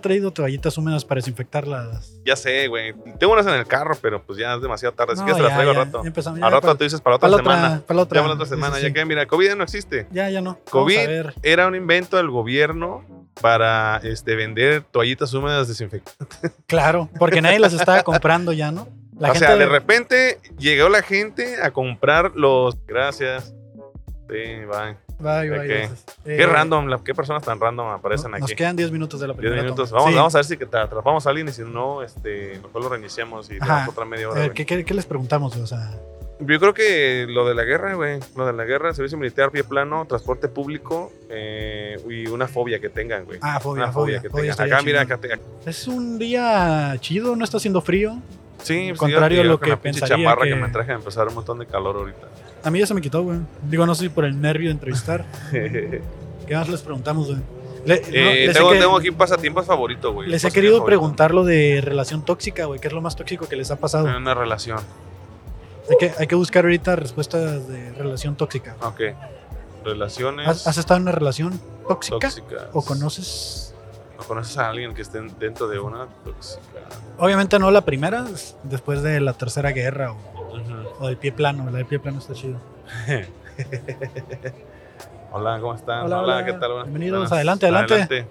traído toallitas húmedas para desinfectarlas.
Ya sé, güey. Tengo unas en el carro, pero pues ya es demasiado tarde. Así
No,
que te las
ya,
traigo al
ya,
rato.
ya empezamos, ya
al rato
para-
tú dices para otra
para la otra-
semana.
para la otra,
Ya para otra
eso
semana.
sí.
Ya que, mira, COVID ya no existe.
Ya, ya no. Vamos a
COVID
ver.
era un invento del gobierno para este, vender toallitas húmedas desinfectantes.
Claro, porque nadie las estaba comprando ya, ¿no? La
o
gente
sea, de repente llegó la gente a comprar los. Gracias. Sí, bye.
Bye, bye,
Ok.
gracias.
Qué
Eh,
random, la- qué personas tan random aparecen
Nos
aquí.
quedan 10 minutos de la
10
primera.
minutos.
toma.
Vamos,
Sí.
vamos a ver si que te atrapamos a alguien y si no, este, después lo reiniciamos y
Ajá.
tenemos otra media
A
hora.
ver,
güey.
¿qué, qué, qué les preguntamos? güey? O sea,
Eh, Yo creo que lo de la guerra, güey. Lo de la guerra, servicio militar, pie plano, transporte público eh, y una fobia que tengan, güey.
Ah, fobia,
Una
fobia,
fobia que
fobia
tengan.
estaría
Acá, mira,
chingón.
acá te-
es un día chido, no está haciendo frío.
Sí, pues,
contrario
yo-
a
yo
lo
con
que
la pinche
pensaría
chamarra que...
que-
me traje a empezar un montón de calor ahorita.
A mí ya se me quitó, güey. Digo, no sé si por el nervio de entrevistar.
Eh,
¿Qué más les preguntamos, güey? Le- no, les he
tengo,
que-
tengo aquí un pasatiempos favorito, güey.
Les he
Pasatiempo
querido
favorito.
preguntar lo de relación tóxica, güey. ¿Qué es lo más tóxico que les ha pasado?
En una relación.
Hay que, hay que buscar ahorita respuestas de relación tóxica.
Ok. Relaciones.
¿Has, has estado en una relación tóxica?
Tóxicas.
¿O conoces?
¿O conoces a alguien que esté dentro de una tóxica?
Obviamente no la primera, s- después de la tercera guerra o,
Ujú.
o del pie plano. La del pie plano está chido.
Hola, ¿cómo están?
Hola,
Hola,
hola.
¿qué tal? Buenas-
Bienvenidos,
buenas-
adelante, adelante.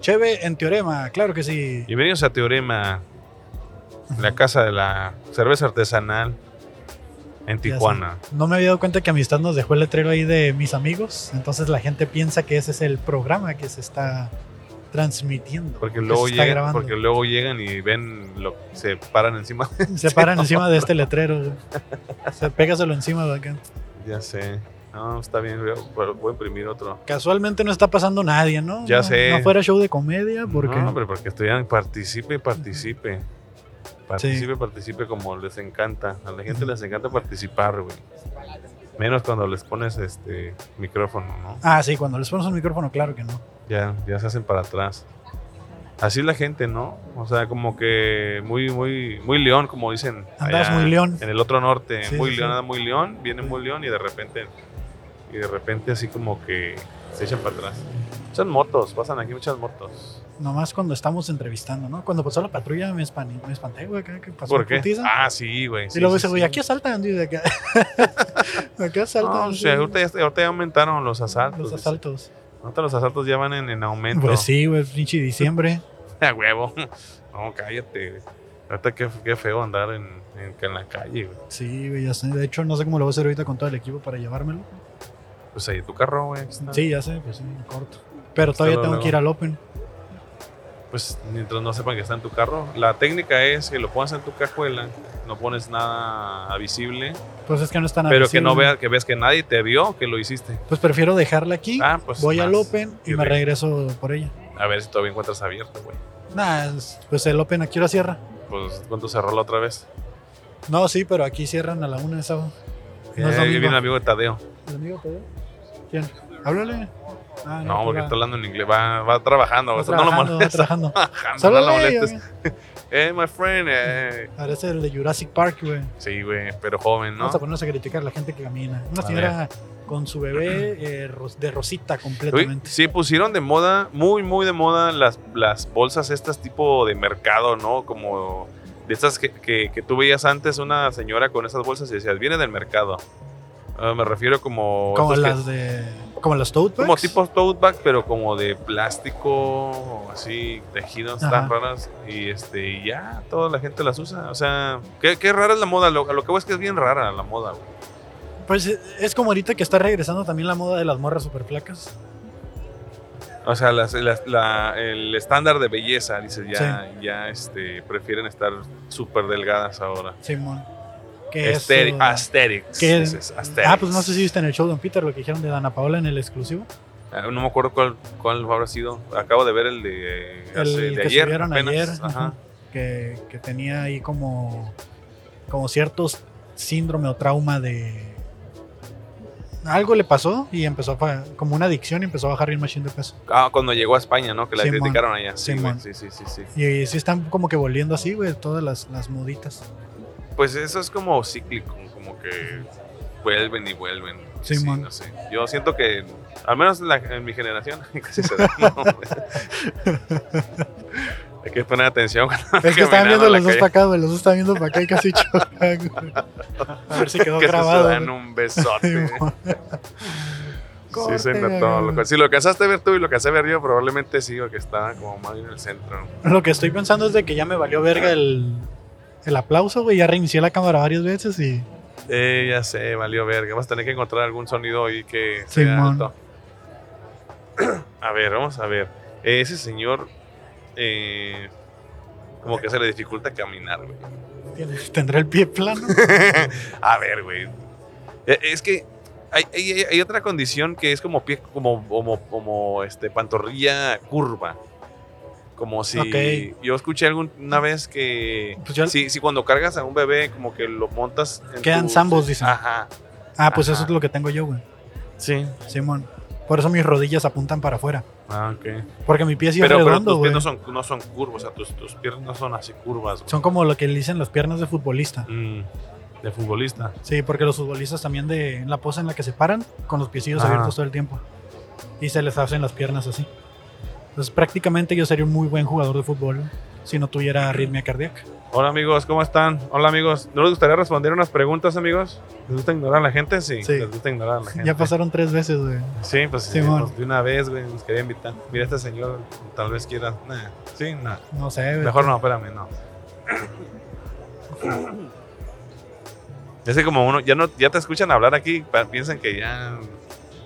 Cheve en teorema, claro que sí.
Bienvenidos a Teorema, la casa de la cerveza artesanal en
Ya sé.
Tijuana.
No me había dado cuenta que Amistad nos dejó el letrero ahí de mis amigos. Entonces la gente piensa que ese es el programa que se está transmitiendo.
Porque
que se
luego,
está
llegan,
grabando.
porque luego llegan y ven, lo, se paran encima.
Se paran encima de este letrero. güey. Se pégaselo encima de acá.
Ya sé. No, está bien, voy a- pero voy a imprimir otro.
Casualmente no está pasando nadie, ¿no?
Ya
No-
sé.
No fuera show de comedia, porque
No, hombre, porque estudian, participe, participe. Participe, participe como les encanta. A la gente les encanta participar, güey. Menos cuando les pones este micrófono, ¿no?
Ah, sí, cuando les pones un micrófono, claro que no.
Ya, ya se hacen para atrás. Así es la gente, ¿no? O sea, como que muy, muy, muy león, como dicen.
Andabas
allá
muy león.
En el otro norte,
Sí,
muy
sí,
león,
sí.
anda muy león, viene muy león y de repente, y de repente así como que se echan para atrás. Muchas motos, pasan aquí muchas motos.
Nomás cuando estamos entrevistando, ¿no? Cuando pasó la patrulla me, espan- me espanté, güey, acá que pasó
¿Por
una
qué?
putiza.
Ah, sí, güey.
y
sí,
luego
sí,
ese güey,
sí.
aquí asaltan, dice acá. aquí asaltan.
No, o
sí,
sea, ahorita, pues, ya, ahorita ya aumentaron los asaltos.
los
dice.
asaltos.
Ahorita los asaltos ya van en, en aumento.
Pues sí, güey, pinche diciembre.
A huevo. No, cállate. Ahorita qué, qué feo andar en, en- en la calle, güey.
Sí, güey, ya sé. De hecho, no sé cómo lo voy a hacer ahorita con todo el equipo para llevármelo.
Pues ahí tu carro, güey. está.
Sí, ya sé, pues sí, corto. Pero todavía
Luego,
tengo que ir al
luego.
Open.
Pues mientras no sepan que está en tu carro. La técnica es que lo pongas en tu cajuela, no pones nada visible,
Pues es que no están
pero que no veas que ves que nadie te vio que lo hiciste.
Pues prefiero dejarla aquí.
Ah, pues
voy al
más.
Open y
Y
me
re-
regreso por ella.
A ver si todavía encuentras abierto, güey.
Nada, pues el Open aquí la cierra.
Pues cuánto cerró la otra vez.
No, sí, pero aquí cierran a la una de sábado. No es
Eh,
lo mismo.
viene un amigo de Tadeo.
¿El amigo te dio? ¿Quién? Háblale. Ah,
No,
pues
porque
va.
está hablando en inglés. Va, va trabajando,
Va
güey. No lo
trabajando, va
molestes.
trabajando.
No lo
Salúdale,
molestes. Eh, my friend. eh.
Parece el de Jurassic Park, güey.
Sí, güey, pero joven, ¿no?
Vamos a ponernos a criticar a la gente que camina. Una
A
señora con su bebé eh, ro- de rosita
Uy,
completamente.
sí, pusieron de moda, muy, muy de moda las, las bolsas estas tipo de mercado, ¿no? Como de estas que, que, que tú veías antes una señora con esas bolsas y decías, viene del mercado. Ah, me refiero como...
Como
estos que-
las de. Como las Toad
como
Bags.
tipo tote bag, pero como de plástico, o así, tejidos
Ajá.
tan raras. Y este, y ya, toda la gente las usa. O sea, qué, qué rara es la moda. Lo, a lo que voy es que es bien rara la moda, güey.
Pues eh, es como ahorita que está regresando también la moda de las morras super flacas.
O sea, las- las- la- el estándar de belleza, dices, ya, ya este, prefieren estar súper delgadas ahora.
Simón. Que es,
Esteri-
eh,
Asterix.
que-
ese es, Asterix.
Ah, pues no sé si viste en el show Don Peter lo que dijeron de Dana Paola en el exclusivo.
Ah, No me acuerdo cuál, cuál habrá sido. Acabo de ver el de, eh, hace-
el
de
que
ayer.
subieron
apenas.
ayer,
Ajá.
ajá, que, que tenía ahí como, como ciertos síndrome o trauma de... Algo le pasó y empezó a, fa- como una adicción y empezó a bajar bien machine de peso.
Ah, cuando llegó a España, ¿no? Que la
Simón.
criticaron allá. Sí, güey,
Simón.
sí, sí, sí, sí.
Y, sí están como que volviendo así, güey, todas las, las moditas.
Pues eso es como cíclico, como que vuelven y vuelven. Sí,
Simón.
no sé. Yo siento que, al menos en, la- en mi generación, casi se da. ¿no? Hay que poner atención. cuando
Es que estaban
caminando
viendo
en la
los dos
calle.
para acá, güey. Los dos estaban viendo para acá y casi chocan, güey. A ver si quedó
Que se
grabado.
dan
güey.
un besote.
Simón.
Sí, se
Corte,
notó.
güey.
Lo- Si lo casaste a ver tú y lo casé a ver yo, probablemente sí, porque estaba como más en el centro.
Lo que estoy pensando es de que ya me valió verga el, el aplauso, güey. Ya reinicié la cámara varias veces y.
Eh, ya sé, valió verga. Vas a tener que encontrar algún sonido ahí que sea
Simón.
alto. A ver, vamos a ver. Eh, ese señor, eh, como que se le dificulta caminar, güey.
Tendré el pie plano. Pues
a ver, güey. Eh, Es que hay, hay- hay- hay otra condición que es como pie, como, como, como este, pantorrilla curva. Como si
Ok.
yo escuché alguna vez que
Pues yo-
si, si cuando cargas a un bebé como que lo montas en
Quedan
tu-
zambos, dicen.
Ajá.
Ah, pues
Ajá.
eso es lo que tengo yo, güey.
Sí.
Simón. Por eso mis rodillas apuntan para afuera.
Ah, ok.
Porque mi pie sí es
pero, pero
redondo,
tus
güey.
piernas
Son...
son, no son curvas, o sea, tus, tus piernas no son así curvas. güey.
como lo que le dicen las piernas de futbolista.
Mm, de futbolista.
Sí, porque los futbolistas también de en la pose en la que se paran, con los piecillos
Ajá.
abiertos todo el tiempo. Y se les hacen las piernas así. Entonces prácticamente yo sería un muy buen jugador de fútbol si no tuviera arritmia cardíaca.
Hola amigos, ¿cómo están? Hola amigos, ¿no les gustaría responder unas preguntas amigos? ¿Les gusta ignorar a la gente? Sí,
Sí.
les gusta ignorar a la gente.
Ya pasaron tres veces, güey.
Sí, pues, sí,
Simón.
pues, de una vez, güey, nos quería invitar. Mira, este señor tal vez quiera... Nah, sí, nada.
No sé, güey.
Mejor no, espérame, no. Es que como uno, ya no, ya te escuchan hablar aquí, pa- piensan que ya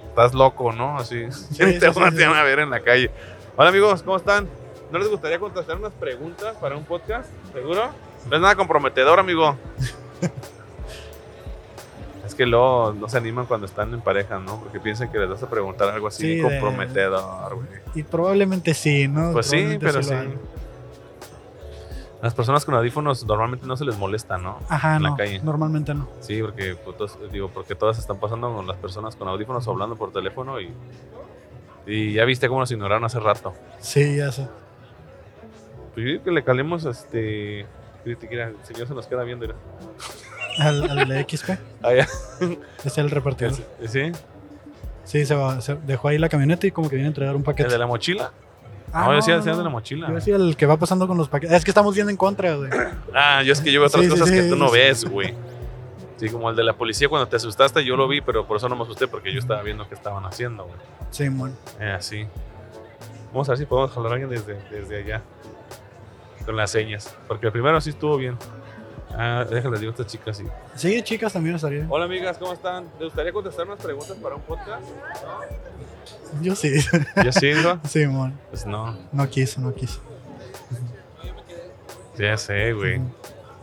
estás loco, ¿no? Así,
sí,
te, van,
sí,
te
sí.
van a ver en la calle. Hola amigos, ¿cómo están? ¿No les gustaría contestar unas preguntas para un podcast? ¿Seguro? No es nada comprometedor, amigo. es que luego no se animan cuando están en pareja, ¿no? Porque piensan que les vas a preguntar algo así
Sí, de-
comprometedor, güey.
Y probablemente sí, ¿no?
Pues sí,
Probablemente
pero
lo
sí.
haga.
Las personas con audífonos normalmente no se les molesta, ¿no?
Ajá,
en
no.
la calle.
Normalmente no.
Sí, porque, pues, todos- digo, porque todas están pasando con las personas con audífonos o hablando por teléfono y, y ya viste cómo nos ignoraron hace rato.
Sí, ya sé.
Pues yo digo que le calemos este. crítica. Mira, El señor se nos queda viendo. mira.
Al, al de XP.
Ah, ya.
Es el repartidor.
¿Sí?
Sí, se, va- se dejó ahí la camioneta y como que viene a entregar un
¿El
paquete.
de la mochila?
Ah,
no, yo decía
no,
el señor
no.
de la mochila.
Yo decía el que va pasando con los paquetes. Es que estamos viendo en contra, güey.
Ah, yo es que yo veo otras
Sí, sí,
cosas
sí,
que tú no
sí.
ves, güey. Sí, como el de la policía cuando te asustaste, yo lo vi, pero por eso no me asusté porque yo estaba viendo qué estaban haciendo, güey.
Sí, mon.
Eh, así. Vamos a ver si podemos jalar a alguien desde, desde allá. Con las señas. Porque el primero sí estuvo bien. Ah, déjales, digo a estas chicas sí.
Sí, chicas, también estaría. bien.
Hola amigas, ¿cómo están? ¿Les gustaría contestar unas preguntas para un podcast?
Yo sí.
¿Yo sí, digo?
Sí, mon.
Pues no.
No quiso, no quiso.
Ya sé, güey.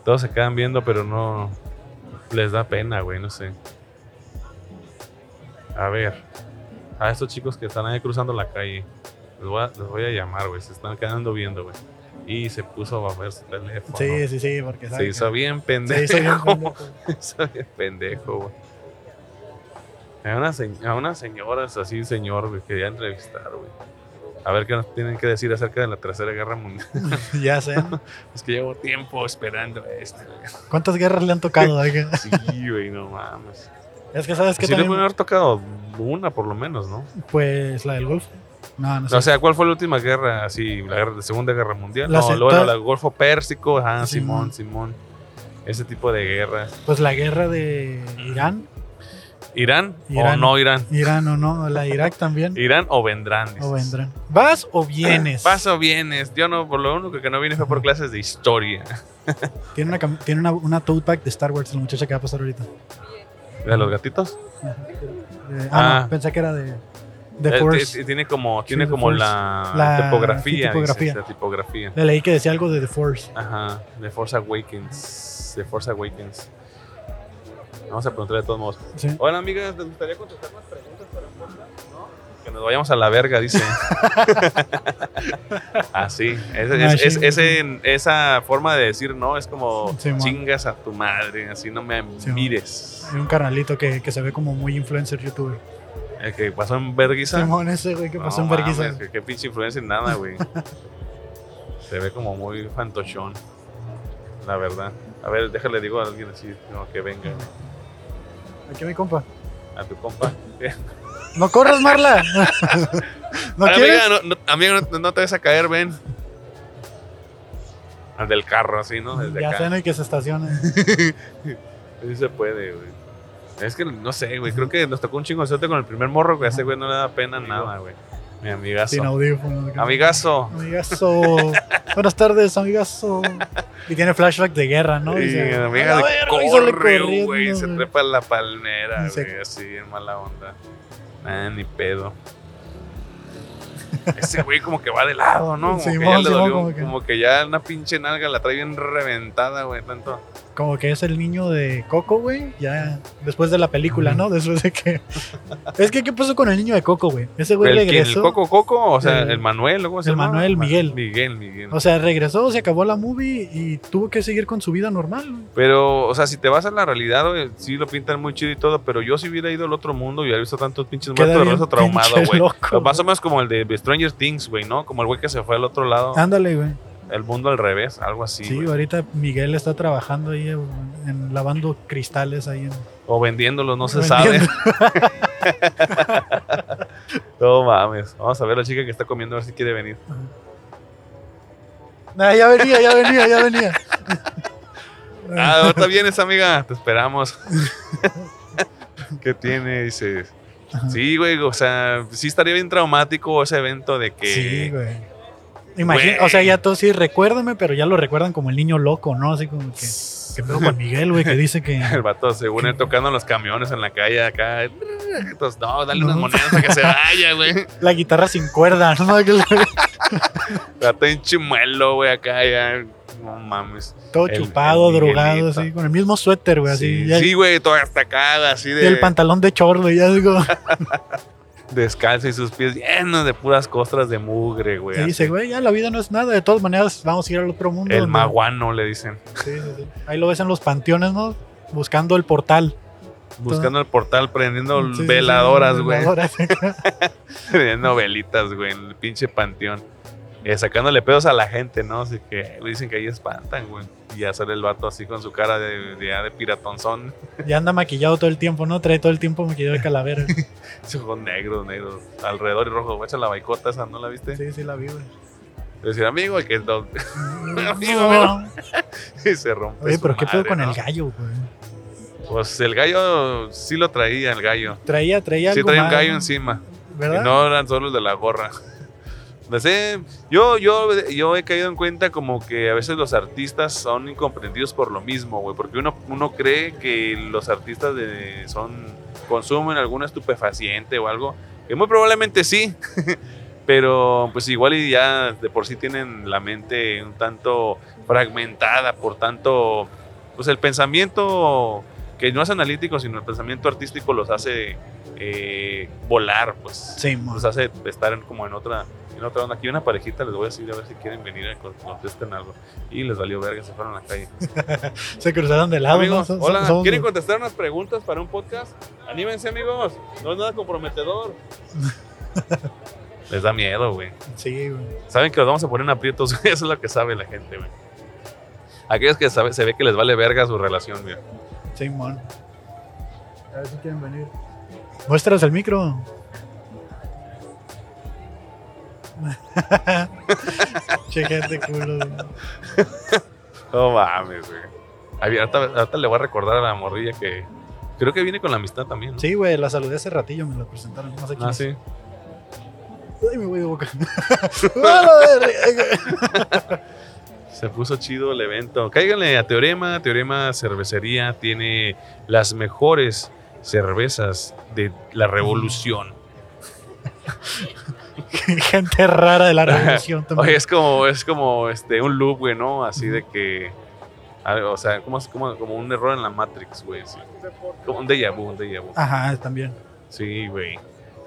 Todos se quedan viendo, pero no. Les da pena, güey, no sé. A ver. A estos chicos que están ahí cruzando la calle. Les voy a, les voy a llamar, güey. Se están quedando viendo, güey. Y se puso a ver su teléfono.
Sí, sí, sí, porque
Se
sabe
hizo
que-
bien
Se hizo bien
pendejo.
pendejo.
Se hizo bien pendejo, güey. A, una se- a unas señoras así, señor, güey, quería entrevistar, güey. A ver qué nos tienen que decir acerca de la Tercera Guerra Mundial.
Ya sé.
es que llevo tiempo esperando esto. güey.
¿Cuántas guerras le han tocado? güey?
Sí, güey, no mames.
es que sabes que
Sí le pueden
también.
haber tocado una por lo menos, ¿no?
Pues la del Golfo. No, no sé.
O sea, ¿cuál fue la última guerra? Así, la, guerra- la Segunda Guerra Mundial.
La
no,
se-
luego la
todas-
del Golfo Pérsico. Ah, Simón, Simón.
Simón.
Ese tipo de guerras.
pues la guerra de Irán.
¿Irán, o
Irán.
no Irán?
Irán o no, la de Irak también.
¿Irán o vendrán? dices.
O vendrán. ¿Vas o vienes?
Paso bienes. Yo no, por lo único que no vine fue por clases de historia.
Tiene una, cam- tiene una, una tote bag de Star Wars, la muchacha que va a pasar ahorita.
¿De los gatitos?
Eh, ah,
Ah.
no, pensé que era de, de
Eh,
Force.
t- Tiene como,
Sí,
tiene
The
como
Force.
la,
La- sí,
tipografía. dices,
tipografía.
la tipografía.
Le leí que decía algo de The Force.
Ajá. De Force Awakens. De Force Awakens. Vamos a preguntarle de todos modos.
Sí.
Hola, amigas. ¿Les gustaría contestar más preguntas para el podcast? ¿No? Que nos vayamos a la verga, dice. Así. Ese- es-
Ah,
es-
sí,
ese- esa forma de decir no es como
Sí, mon.
chingas a tu madre. Así no me
Sí, mon.
mires.
Hay un carnalito que, que se ve como muy influencer youtuber.
El Eh, que pasó en Berguisa.
Simón, ese güey que
No
pasó en
mames,
vergüenza.
que- Qué pinche influencer nada, güey. Se ve como muy fantochón. La verdad. A ver, déjale digo a alguien así como que venga
Aquí mi compa.
a tu compa.
¡No corras, Marla! ¿No
Ay,
quieres?
amiga, no, no- amiga, no- no te vas a caer, ven. Al del carro, así, ¿no? Desde
ya
acá.
sé, no hay que se estacione.
Sí se puede, güey. Es que no sé, güey. Creo que nos tocó un chingonzote con el primer morro, que a ese güey no le da pena nada, güey. Mi amigazo.
Sin audífonos.
Amigazo.
Amigazo. Buenas tardes, amigazo. Y tiene flashback de guerra, ¿no?
Y
Dice,
mi
"A
amiga
la
de
verga", y sale
corre,
corriendo,
güey. Se
güey.
trepa en la palmera,
Y se-
güey. Así, en mala onda. Nah, ni pedo. Ese güey como que va de lado, ¿no? Como que ya
Simón,
le
Simón,
dolió,
como
como,
que-
que... ya una pinche nalga la trae bien reventada, güey, tanto.
Como que es el niño de Coco, güey. Ya después de la película, ¿no? Después de que. Es que, ¿qué pasó con el niño de Coco, güey? Ese güey
¿El, quién? ¿El
regresó.
Coco Coco? O sea,
El-
el, Manuel, ¿o ¿cómo se
el
llama?
Manuel Miguel.
Miguel, Miguel.
O sea, regresó, se acabó la movie y tuvo que seguir con su vida normal. güey.
Pero, o sea, si te vas a la realidad, güey, sí lo pintan muy chido y todo, pero yo si hubiera ido al otro mundo y hubiera visto tantos pinches
Queda
muertos,
bien
hubiera traumado,
pinche
güey.
loco,
Más o menos como el de Stranger Things, güey, ¿no? Como el güey que se fue al otro lado,
Ándale, güey.
el mundo al revés, algo así.
Ah. Sí,
güey.
ahorita Miguel está trabajando ahí en, en- lavando cristales ahí en.
O vendiéndolo, no se
Vendiendo.
sabe. no mames. Vamos a ver a la chica que está comiendo, a ver si quiere venir.
Ah, ya venía, ya venía, ya venía.
Ah, ahorita vienes, amiga. Te esperamos. ¿Qué tiene? Dices. Sí, güey, o sea, sí estaría bien traumático ese evento de que.
Sí, güey. Imagina- o sea, ya todos sí, recuérdame, pero ya lo recuerdan como el niño loco, ¿no? Así como que. ¿Qué pedo con Miguel, güey? Que dice que.
El vato, según él, tocando los camiones en la calle acá. Entonces, no, dale unas monedas para que se vaya, güey.
La guitarra sin cuerda, ¿no? Que le-
Vato en chimuelo, güey, acá ya. No mames.
Todo
El-
chupado,
el
drogado,
Miguelito.
así, con el mismo suéter, güey, así.
Sí,
ya-
sí, güey, todo hasta acá, así
y
de.
el pantalón de chorro, güey, ya digo.
Descalzo y sus pies llenos de puras costras de mugre, güey.
Y
así.
dice, güey, ya la vida no es nada, de todas maneras vamos a ir al otro mundo.
El
¿no?
maguano, le dicen.
Sí, sí, sí. Ahí lo ves en los panteones, ¿no? Buscando el portal.
Buscando el portal, prendiendo
Sí, sí, sí,
veladoras, güey.
veladoras.
Prendiendo velitas, güey, en el pinche panteón. Eh, sacándole pedos a la gente, ¿no? Así que güey, dicen que ahí espantan, güey. Y ya sale el vato así con su cara de, de, de piratonzón.
Ya anda maquillado todo el tiempo, ¿no? Trae todo el tiempo maquillado de calavera.
Sus ojos negros, negros. Alrededor y rojo. Güey, echa la baicota esa, ¿no la viste?
Sí, sí, la vi, güey.
Decir, amigo, el que es don- amigo,
No.
Y se rompe.
Oye,
su
pero ¿qué pedo
madre,
con
¿no?
el gallo, güey?
Pues el gallo sí lo traía, el gallo.
Traía, traía
Sí
algo
traía un
más,
gallo
¿no?
encima.
¿Verdad?
Y no eran solo los de la gorra. No sé, yo, yo, yo he caído en cuenta como que a veces los artistas son incomprendidos por lo mismo, güey. Porque uno, uno cree que los artistas de, son, consumen algún estupefaciente o algo. Que muy probablemente sí. Pero pues igual y ya de por sí tienen la mente un tanto fragmentada por tanto... Pues el pensamiento que no es analítico, sino el pensamiento artístico los hace eh, volar, pues.
Sí, mo.
Los hace estar en- como en otra, en otra onda. Aquí hay una parejita, les voy a decir a ver si quieren venir a con- contesten algo. Y les valió verga, se fueron a la calle.
Se cruzaron de lado, ¿no?
amigos,
Ah, Son-
hola,
somos-
¿quieren contestar unas preguntas para un podcast? Anímense, amigos. No es nada comprometedor. les da miedo, güey.
Sí, güey.
Saben que los vamos a poner en aprietos, güey, eso es lo que sabe la gente, güey. Aquellos que sabe- se ve que les vale verga su relación, güey.
Simón. A ver si quieren venir. Muéstranos el micro. che, gente culo.
No mames, güey. Ay, Ahorita, ahorita le voy a recordar a la morrilla que creo que viene con la amistad también, ¿no?
Sí, güey, la saludé hace ratillo, me la presentaron. No sé quién
Ah,
es.
sí.
Ay, me voy de boca. ¡Ah, la verga!
Se puso chido el evento. Cáiganle a Teorema. Teorema Cervecería tiene las mejores cervezas de la revolución.
gente rara de la revolución también.
Oye, es como, es como este, un loop, güey, ¿no? Así de que. algo, o sea, como, como, como un error en la Matrix, güey. así. Como un déjà vu, un déjà vu.
Ajá, también.
Sí, güey.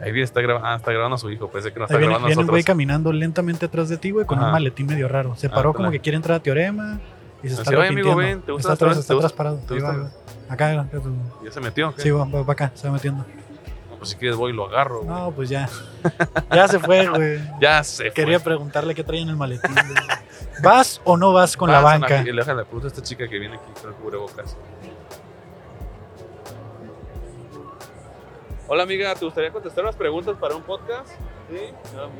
Ahí viene, está, grabando, ah, está grabando a su hijo. Pensé que no
Ahí
está
viene,
grabando a
viene un güey
nosotros.
caminando lentamente atrás de ti, güey, con un
Ajá.
maletín medio raro. Se paró como
Ándale.
que quiere entrar a Teorema y se está
Así, "Oye, amigo,
arrepintiendo.
ven, ¿te gusta
está
la
atrás,
cerveza?
está
¿Te gusta-
atrás parado.
te
Ahí va,
gusta?
güey. Acá, acá, acá, güey.
¿Ya se metió? o qué?
Sí, va, va, va acá, se va metiendo.
Pues si quieres voy y lo agarro. güey.
No, pues ya. Ya se fue, güey.
Ya se
Quería preguntarle qué traía en el maletín. güey. ¿Vas o no vas con la
Pasan
banca?
aquí, y le dejan la pregunta a esta chica que viene aquí con el cubrebocas. Hola amiga, ¿te gustaría contestar unas preguntas para un podcast?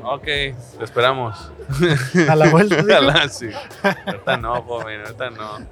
Ok, lo esperamos.
A la vuelta, dijo.
A la- sí. Ahorita no, joven, ahorita no.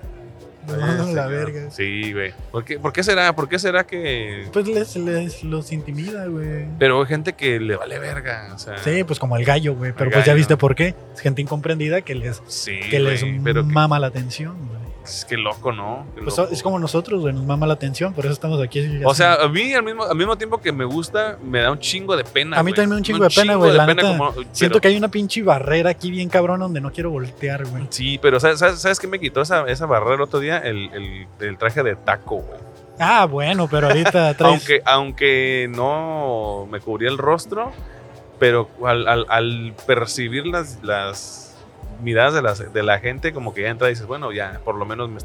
No, no,
Sí,
la
señor.
verga.
Sí, güey. ¿Por qué, ¿Por qué será? ¿Por qué será que...?
Pues les, les- los intimida, güey.
Pero hay gente que le vale verga, o sea...
Sí, pues como el gallo, güey. Pero
El
pues ya
gallo.
viste por qué. Es gente incomprendida que les,
Sí,
que les
güey, pero que-
mama la atención, güey.
Es que loco, ¿no? Qué
Pues
loco.
es como nosotros, güey. Nos mama la atención, por eso estamos aquí.
O sea, a mí al mismo, al mismo tiempo que me gusta, me da un chingo de pena.
A mí
güey.
también me da un chingo de pena, güey, la neta.
como-
siento
pero-
que hay una pinche barrera aquí bien cabrón donde no quiero voltear, güey.
Sí, pero ¿sabes, sabes, sabes qué me quitó esa, esa barrera el otro día? El, el- el traje de taco, güey.
Ah, bueno, pero ahorita traes.
Aunque, aunque no me cubría el rostro, pero al, al- al percibir las, las miradas de, las- de la gente, como que ya entra y dices, bueno, ya, por lo menos me...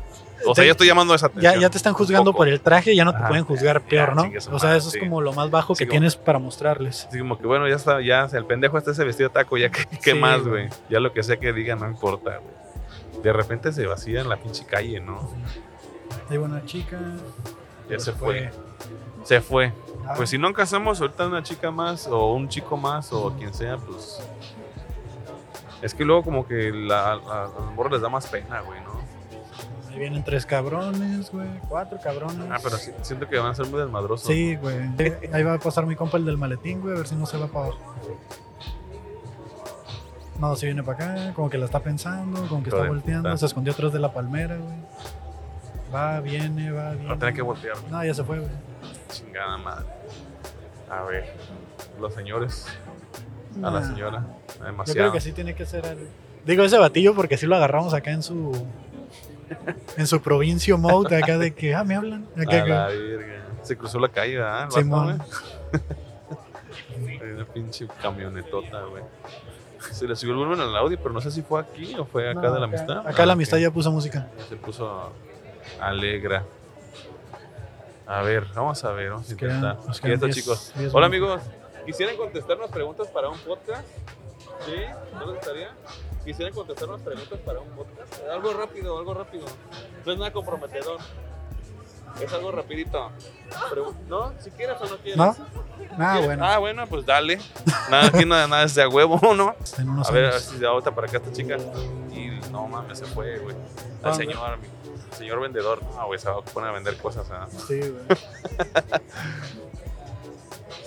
O sea,
Te-
ya estoy llamando esa atención.
ya, ya te están
un
juzgando
poco.
por el traje, ya no te
Ajá,
pueden juzgar
ya,
peor, ¿no?
sí, eso
o sea,
más,
eso es
sí.
como lo más bajo
Sí,
que
como-
tienes para mostrarles.
Así como que bueno, ya está, ya el pendejo está ese vestido de taco, ya que, qué
Sí,
más,
güey.
güey. Ya lo que sea que diga no importa, güey. De repente se vacía en la pinche calle, ¿no?
Hay una chica.
Ya
pero
pues se fue. Se fue.
Ah.
Pues si no casamos ahorita una chica más o un chico más o quien sea, pues. Es que luego como que la, la- a los morros les da más pena, güey, ¿no?
Ahí vienen tres cabrones, güey. Cuatro cabrones.
Ah, pero sí- siento que van a ser muy desmadrosos.
Sí, güey. Ahí va a pasar mi compa el del maletín, güey, a ver si no se va para abajo. No, si viene para acá, como que la está pensando, como que está
Joder,
volteando,
está.
se escondió atrás de la palmera, güey. Va, viene, va, viene.
Va a tener que voltear.
No, ya se fue, güey.
Chingada madre. A ver. Los señores. A la
Nah.
señora.
Yo
Demasiado.
creo que sí tiene que ser algo. Digo ese batillo porque sí lo agarramos acá en su en su provincio mode acá de que ah me hablan acá,
A
acá.
la verga. Se cruzó la calle, ¿verdad? El vato,
Simón.
güey. Hay Una pinche camionetota, güey. Se le subió el volumen al audio, pero no sé si fue aquí o fue acá
No,
de la amistad.
Acá la
Ah,
amistad
ok.
ya puso música.
Se puso alegra. A ver, vamos a ver, vamos a
Nos quedan-
intentar.
nos quedan
Quietos,
diez-
chicos.
diez
Hola,
minutos.
amigos. ¿Quisieran contestarnos preguntas para un podcast? ¿Sí? ¿No les gustaría? ¿Quisieran contestarnos preguntas para un podcast? Eh, Algo rápido, algo rápido. No es nada comprometedor. Es algo rapidito. Pregu- ¿No? ¿Si quieres o no quieres?
¿No? Ah,
¿Quieres?
bueno.
Ah, bueno, pues dale. Nada, aquí nada, nada es de a huevo, ¿no?
En unos
A ver, a ver
años.
si se agota para acá esta chica. Y no mames, se fue, güey. El
Ah,
señor, mi- el señor vendedor. No, güey, se va a poner a vender cosas. ¿ah?
Sí, güey.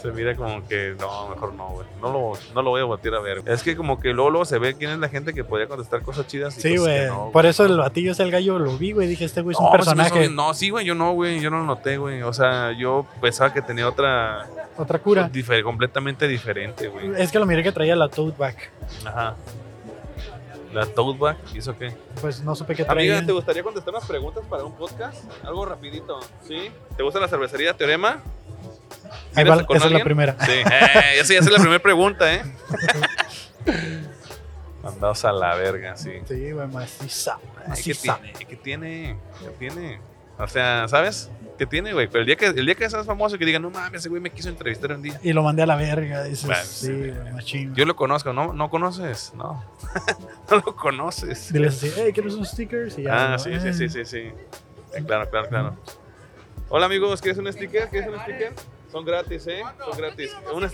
Se mira como que, no, mejor no, güey. No lo, no lo voy a voltear a ver. Es que como que luego, luego se ve quién es la gente que podía contestar cosas chidas. Y
Sí,
cosas pues que
güey.
no, güey.
Por eso el batillo es el gallo, lo vi, güey. Dije, este güey es un
No, pues, se me hizo
personaje,
bien. No, sí, güey, yo no, güey. Yo no lo noté, güey. O sea, yo pensaba que tenía otra.
otra cura.
difer- completamente diferente, güey.
Es que lo miré que traía la tote bag.
Ajá. La tote bag, ¿hizo qué?
Pues no supe qué traía.
Amiga, ¿te gustaría contestar unas preguntas para un podcast? Algo rapidito, ¿sí? ¿Te gusta la cervecería Teorema?
Ahí
¿Quieres
va,
con
esa es la
alguien?
primera.
Sí, eh, esa ya es la primera pregunta, ¿eh? Mandados a la verga, sí.
Sí, güey, maciza.
Ay, ¿Qué
Maciza.
tiene? ¿Qué tiene? ¿Qué tiene? O sea, ¿sabes? ¿Qué tiene, güey? Pero el día que, el día que seas famoso, que digan, no mames, ese güey me quiso entrevistar un día.
Y lo mandé a la verga, dices,
Bueno,
sí, güey, machín.
Yo lo conozco, ¿no? ¿No conoces? No. no lo conoces.
Diles así, hey, ¿quieres unos stickers? Y ya,
Ah,
güey,
sí,
"Eh".
sí, sí, sí, sí. Eh, Claro, claro, claro. Hola amigos, ¿quieres un sticker? ¿Quieres un sticker? Son gratis, ¿eh? Son gratis. Una-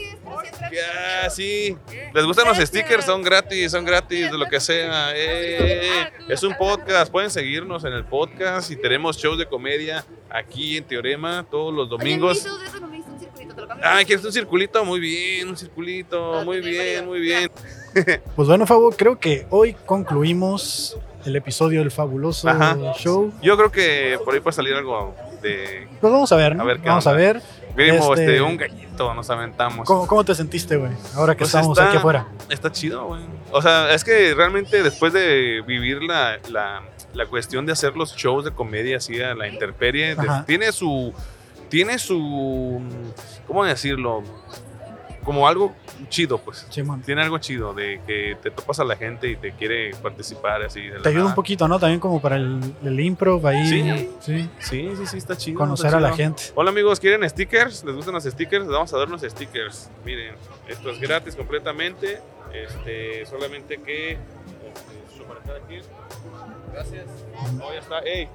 Ah, sí. ¿Les gustan los stickers? Son gratis, son gratis, de lo que sea. Eh, es un podcast, pueden seguirnos en el podcast y tenemos shows de comedia aquí en Teorema todos los domingos.
Oye, me hizo de eso, no me hizo un circulito, te lo cambio.
Ah, ¿quieres un circulito? Muy bien, un circulito. Muy bien, muy bien.
Pues bueno, Fabo, creo que hoy concluimos el episodio del fabuloso
Ajá.
show.
Yo creo que por ahí puede salir algo de...
Pues vamos a ver, ¿no?
A ver qué
vamos a
onda.
ver.
Grimo,
Este-
este... un gallito, nos aventamos.
¿Cómo, cómo te sentiste, güey? Ahora que
Pues
estamos
está-
aquí afuera.
Está chido, güey. O sea, es que realmente después de vivir la, la- la cuestión de hacer los shows de comedia así a la intemperie, de-
Ajá.
tiene su. Tiene su. ¿Cómo decirlo? Como algo chido, pues.
Simón.
Tiene algo chido de que te topas a la gente y te quiere participar así. de la
Te ayuda un
nada.
poquito, ¿no? También como para el, el improv ahí.
Sí.
sí.
Sí, sí, sí, está chido.
Conocer
está
a la
chido.
gente.
Hola amigos, ¿quieren stickers? ¿Les gustan los stickers? Les Vamos a dar unos stickers. Miren, esto es gratis completamente. Este, solamente que. este, solo para cada quien. Gracias. Oh, ya está. Ey,